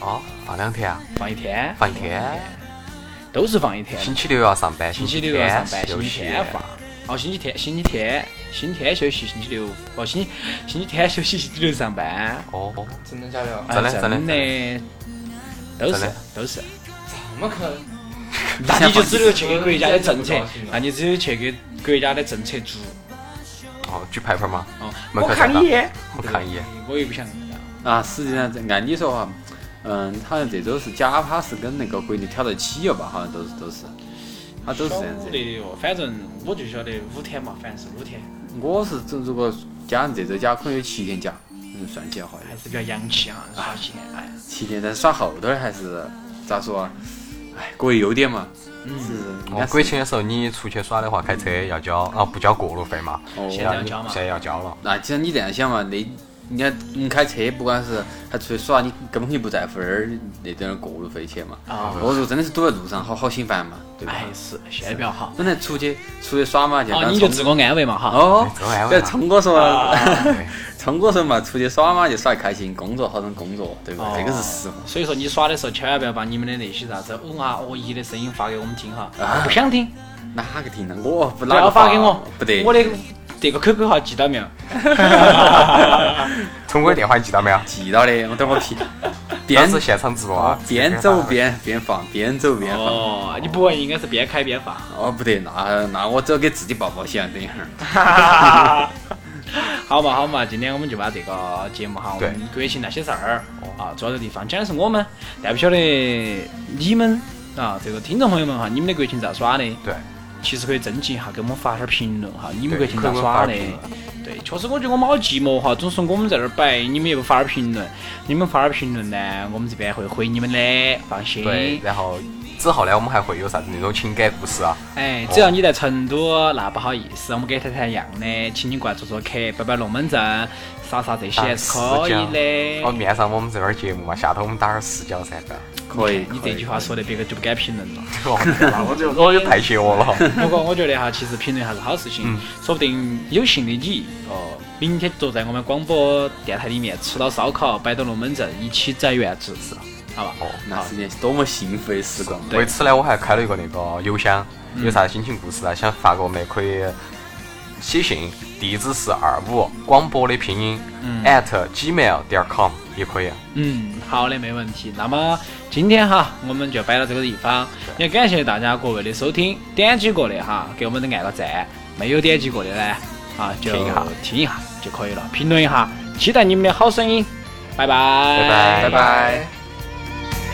Speaker 6: 哦，放两天啊，
Speaker 5: 放一天，
Speaker 6: 放一天。
Speaker 5: 都是放一天。
Speaker 6: 星期六要上班，
Speaker 5: 星
Speaker 6: 期
Speaker 5: 期六要上班，星
Speaker 6: 休
Speaker 5: 期
Speaker 6: 息。
Speaker 5: 天放。哦，星期天，星期天，星期天休息，星期六哦，星期星期天休息，星期六上班。
Speaker 6: 哦，
Speaker 7: 真的假的？
Speaker 5: 啊
Speaker 6: 真的真的
Speaker 5: 真的，都
Speaker 6: 真
Speaker 5: 是
Speaker 6: 的
Speaker 5: 都是。
Speaker 7: 怎么可能？
Speaker 5: 那你就只能去给国家的政策
Speaker 7: 现在不高兴了，
Speaker 5: 那你只有去给国家的政策做。
Speaker 6: 哦，举牌牌吗？
Speaker 5: 哦，
Speaker 6: 门
Speaker 5: 我
Speaker 6: 口看
Speaker 5: 抗
Speaker 6: 到
Speaker 5: 议，
Speaker 6: 我抗议。
Speaker 5: 我又不想。
Speaker 8: 啊，实际上按理说哈，嗯，好像这周是假趴是跟那个国内挑到起了吧，好像都是都是，它都是这样子
Speaker 5: 晓。得哟，反正我就晓得五天嘛，反正是五天，
Speaker 8: 我是这如果加上这周假，可能有七天假，嗯，算起来好像
Speaker 5: 还是比较洋气哈，耍起来。哎，
Speaker 8: 七天，但是耍后头儿还是咋说啊？哎，各有优点嘛。嗯，是
Speaker 6: 哦，国庆的时候你出去耍的话，开车要交啊，不交过路费嘛？
Speaker 8: 哦
Speaker 5: 现在要交嘛
Speaker 6: 现在要交了。
Speaker 8: 那既然你这样想嘛，那你看我们开车，不管是他出去耍，你根本就不在乎那儿那点过路费钱嘛。
Speaker 5: 啊
Speaker 8: 我说真的是堵在路上，好好心烦嘛，对吧？
Speaker 5: 哎，是现在比较好。
Speaker 8: 本来出去出去耍嘛，就
Speaker 5: 哦，
Speaker 8: 当
Speaker 5: 你就
Speaker 8: 冲
Speaker 5: 自我安慰嘛哈。
Speaker 8: 哦
Speaker 6: 自我安，慰
Speaker 8: 对，
Speaker 6: 嘛
Speaker 8: 聪哥说，
Speaker 5: 啊
Speaker 8: 聪哥说嘛，出去耍嘛就耍得开心，工作好生工作，对
Speaker 5: 哦
Speaker 8: 吧？这个是实话。
Speaker 5: 所以说你耍的时候千万不要把你们的那些啥子哦啊哦一的声音发给我们听哈，不想听
Speaker 8: 哪个听呢？我不
Speaker 5: 不
Speaker 8: 哪
Speaker 5: 要
Speaker 8: 个
Speaker 5: 发给我，
Speaker 8: 不得。
Speaker 5: 我的这个 QQ 号记到 没有？
Speaker 6: 聪哥电话记到没有？
Speaker 8: 记到的，我等 我批。
Speaker 6: 当
Speaker 8: 边
Speaker 6: 时现场直播啊，
Speaker 8: 边走边边放，边走边放。
Speaker 5: 哦，你不会应该是边开边放。
Speaker 8: 哦，不对，那那我只有给自己报报喜啊！等一会儿，
Speaker 5: 好嘛好嘛，今天我们就把这个节目哈，我
Speaker 6: 对
Speaker 5: 们国庆那些事儿啊，主要的地方讲的是我们，但不晓得你们啊，这个听众朋友们哈，你们的国庆咋耍的？
Speaker 6: 对，
Speaker 5: 其实可以征集一下，给我们发点儿评论哈，你们国
Speaker 6: 对
Speaker 5: 庆
Speaker 6: 可
Speaker 5: 咋
Speaker 6: 以给我们
Speaker 5: 耍
Speaker 6: 发
Speaker 5: 的
Speaker 6: 点评？
Speaker 5: 对，确实我觉得我们好寂寞哈，总是我们在这儿摆，你们也不发点儿评论，你们发点儿评论呢，我们这边会回你们的，放心。
Speaker 6: 对，然后之后呢，我们还会有啥子那种情感故事啊？
Speaker 5: 哎，只要你在成都，那不好意思，我们给谈谈一样的，请你过来做做客，摆摆龙门阵，耍耍这些还是可以
Speaker 6: 哦，
Speaker 5: 的。
Speaker 6: 面上我们这边节目嘛，下头我们打点视角噻，
Speaker 8: 可以。
Speaker 5: 你
Speaker 8: 可
Speaker 5: 这
Speaker 8: 以
Speaker 5: 句话说的，别个就不敢评论了。
Speaker 6: 那 我就我就太邪恶了。
Speaker 5: 不过我觉得哈，其实评论还是好事情，说不定有幸的你哦，明天坐在我们广播电台里面吃到烧烤，摆到龙门阵，一起摘原子，好吧？
Speaker 6: 哦
Speaker 8: 那是一件多么幸福的时光！
Speaker 5: 对
Speaker 6: 为此呢，我还开了一个那个邮箱，有啥心情故事啊，想发给我们可以写信，地址是二五广播的拼音 at gmail 点 com 也可以。
Speaker 5: 嗯，好的，没问题。那么今天哈，我们就摆到这个地方，也感谢大家各位的收听。点击过的哈，给我们按个赞；没有点击过的呢，啊，就
Speaker 6: 听一下
Speaker 5: 听一下就可以了，评论一下，期待你们的好声音。拜拜，
Speaker 6: 拜拜
Speaker 7: 拜拜。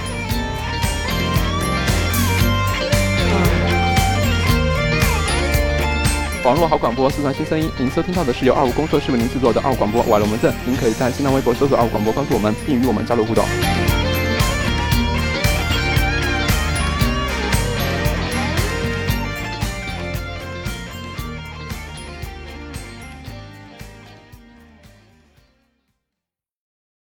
Speaker 9: 网络好广播，速传新声音。您收听到的是由二五公社是为您制作的二五广播《瓦龙门阵》。您可以在新浪微博搜索“二五广播”关注我们，并与我们交流互动。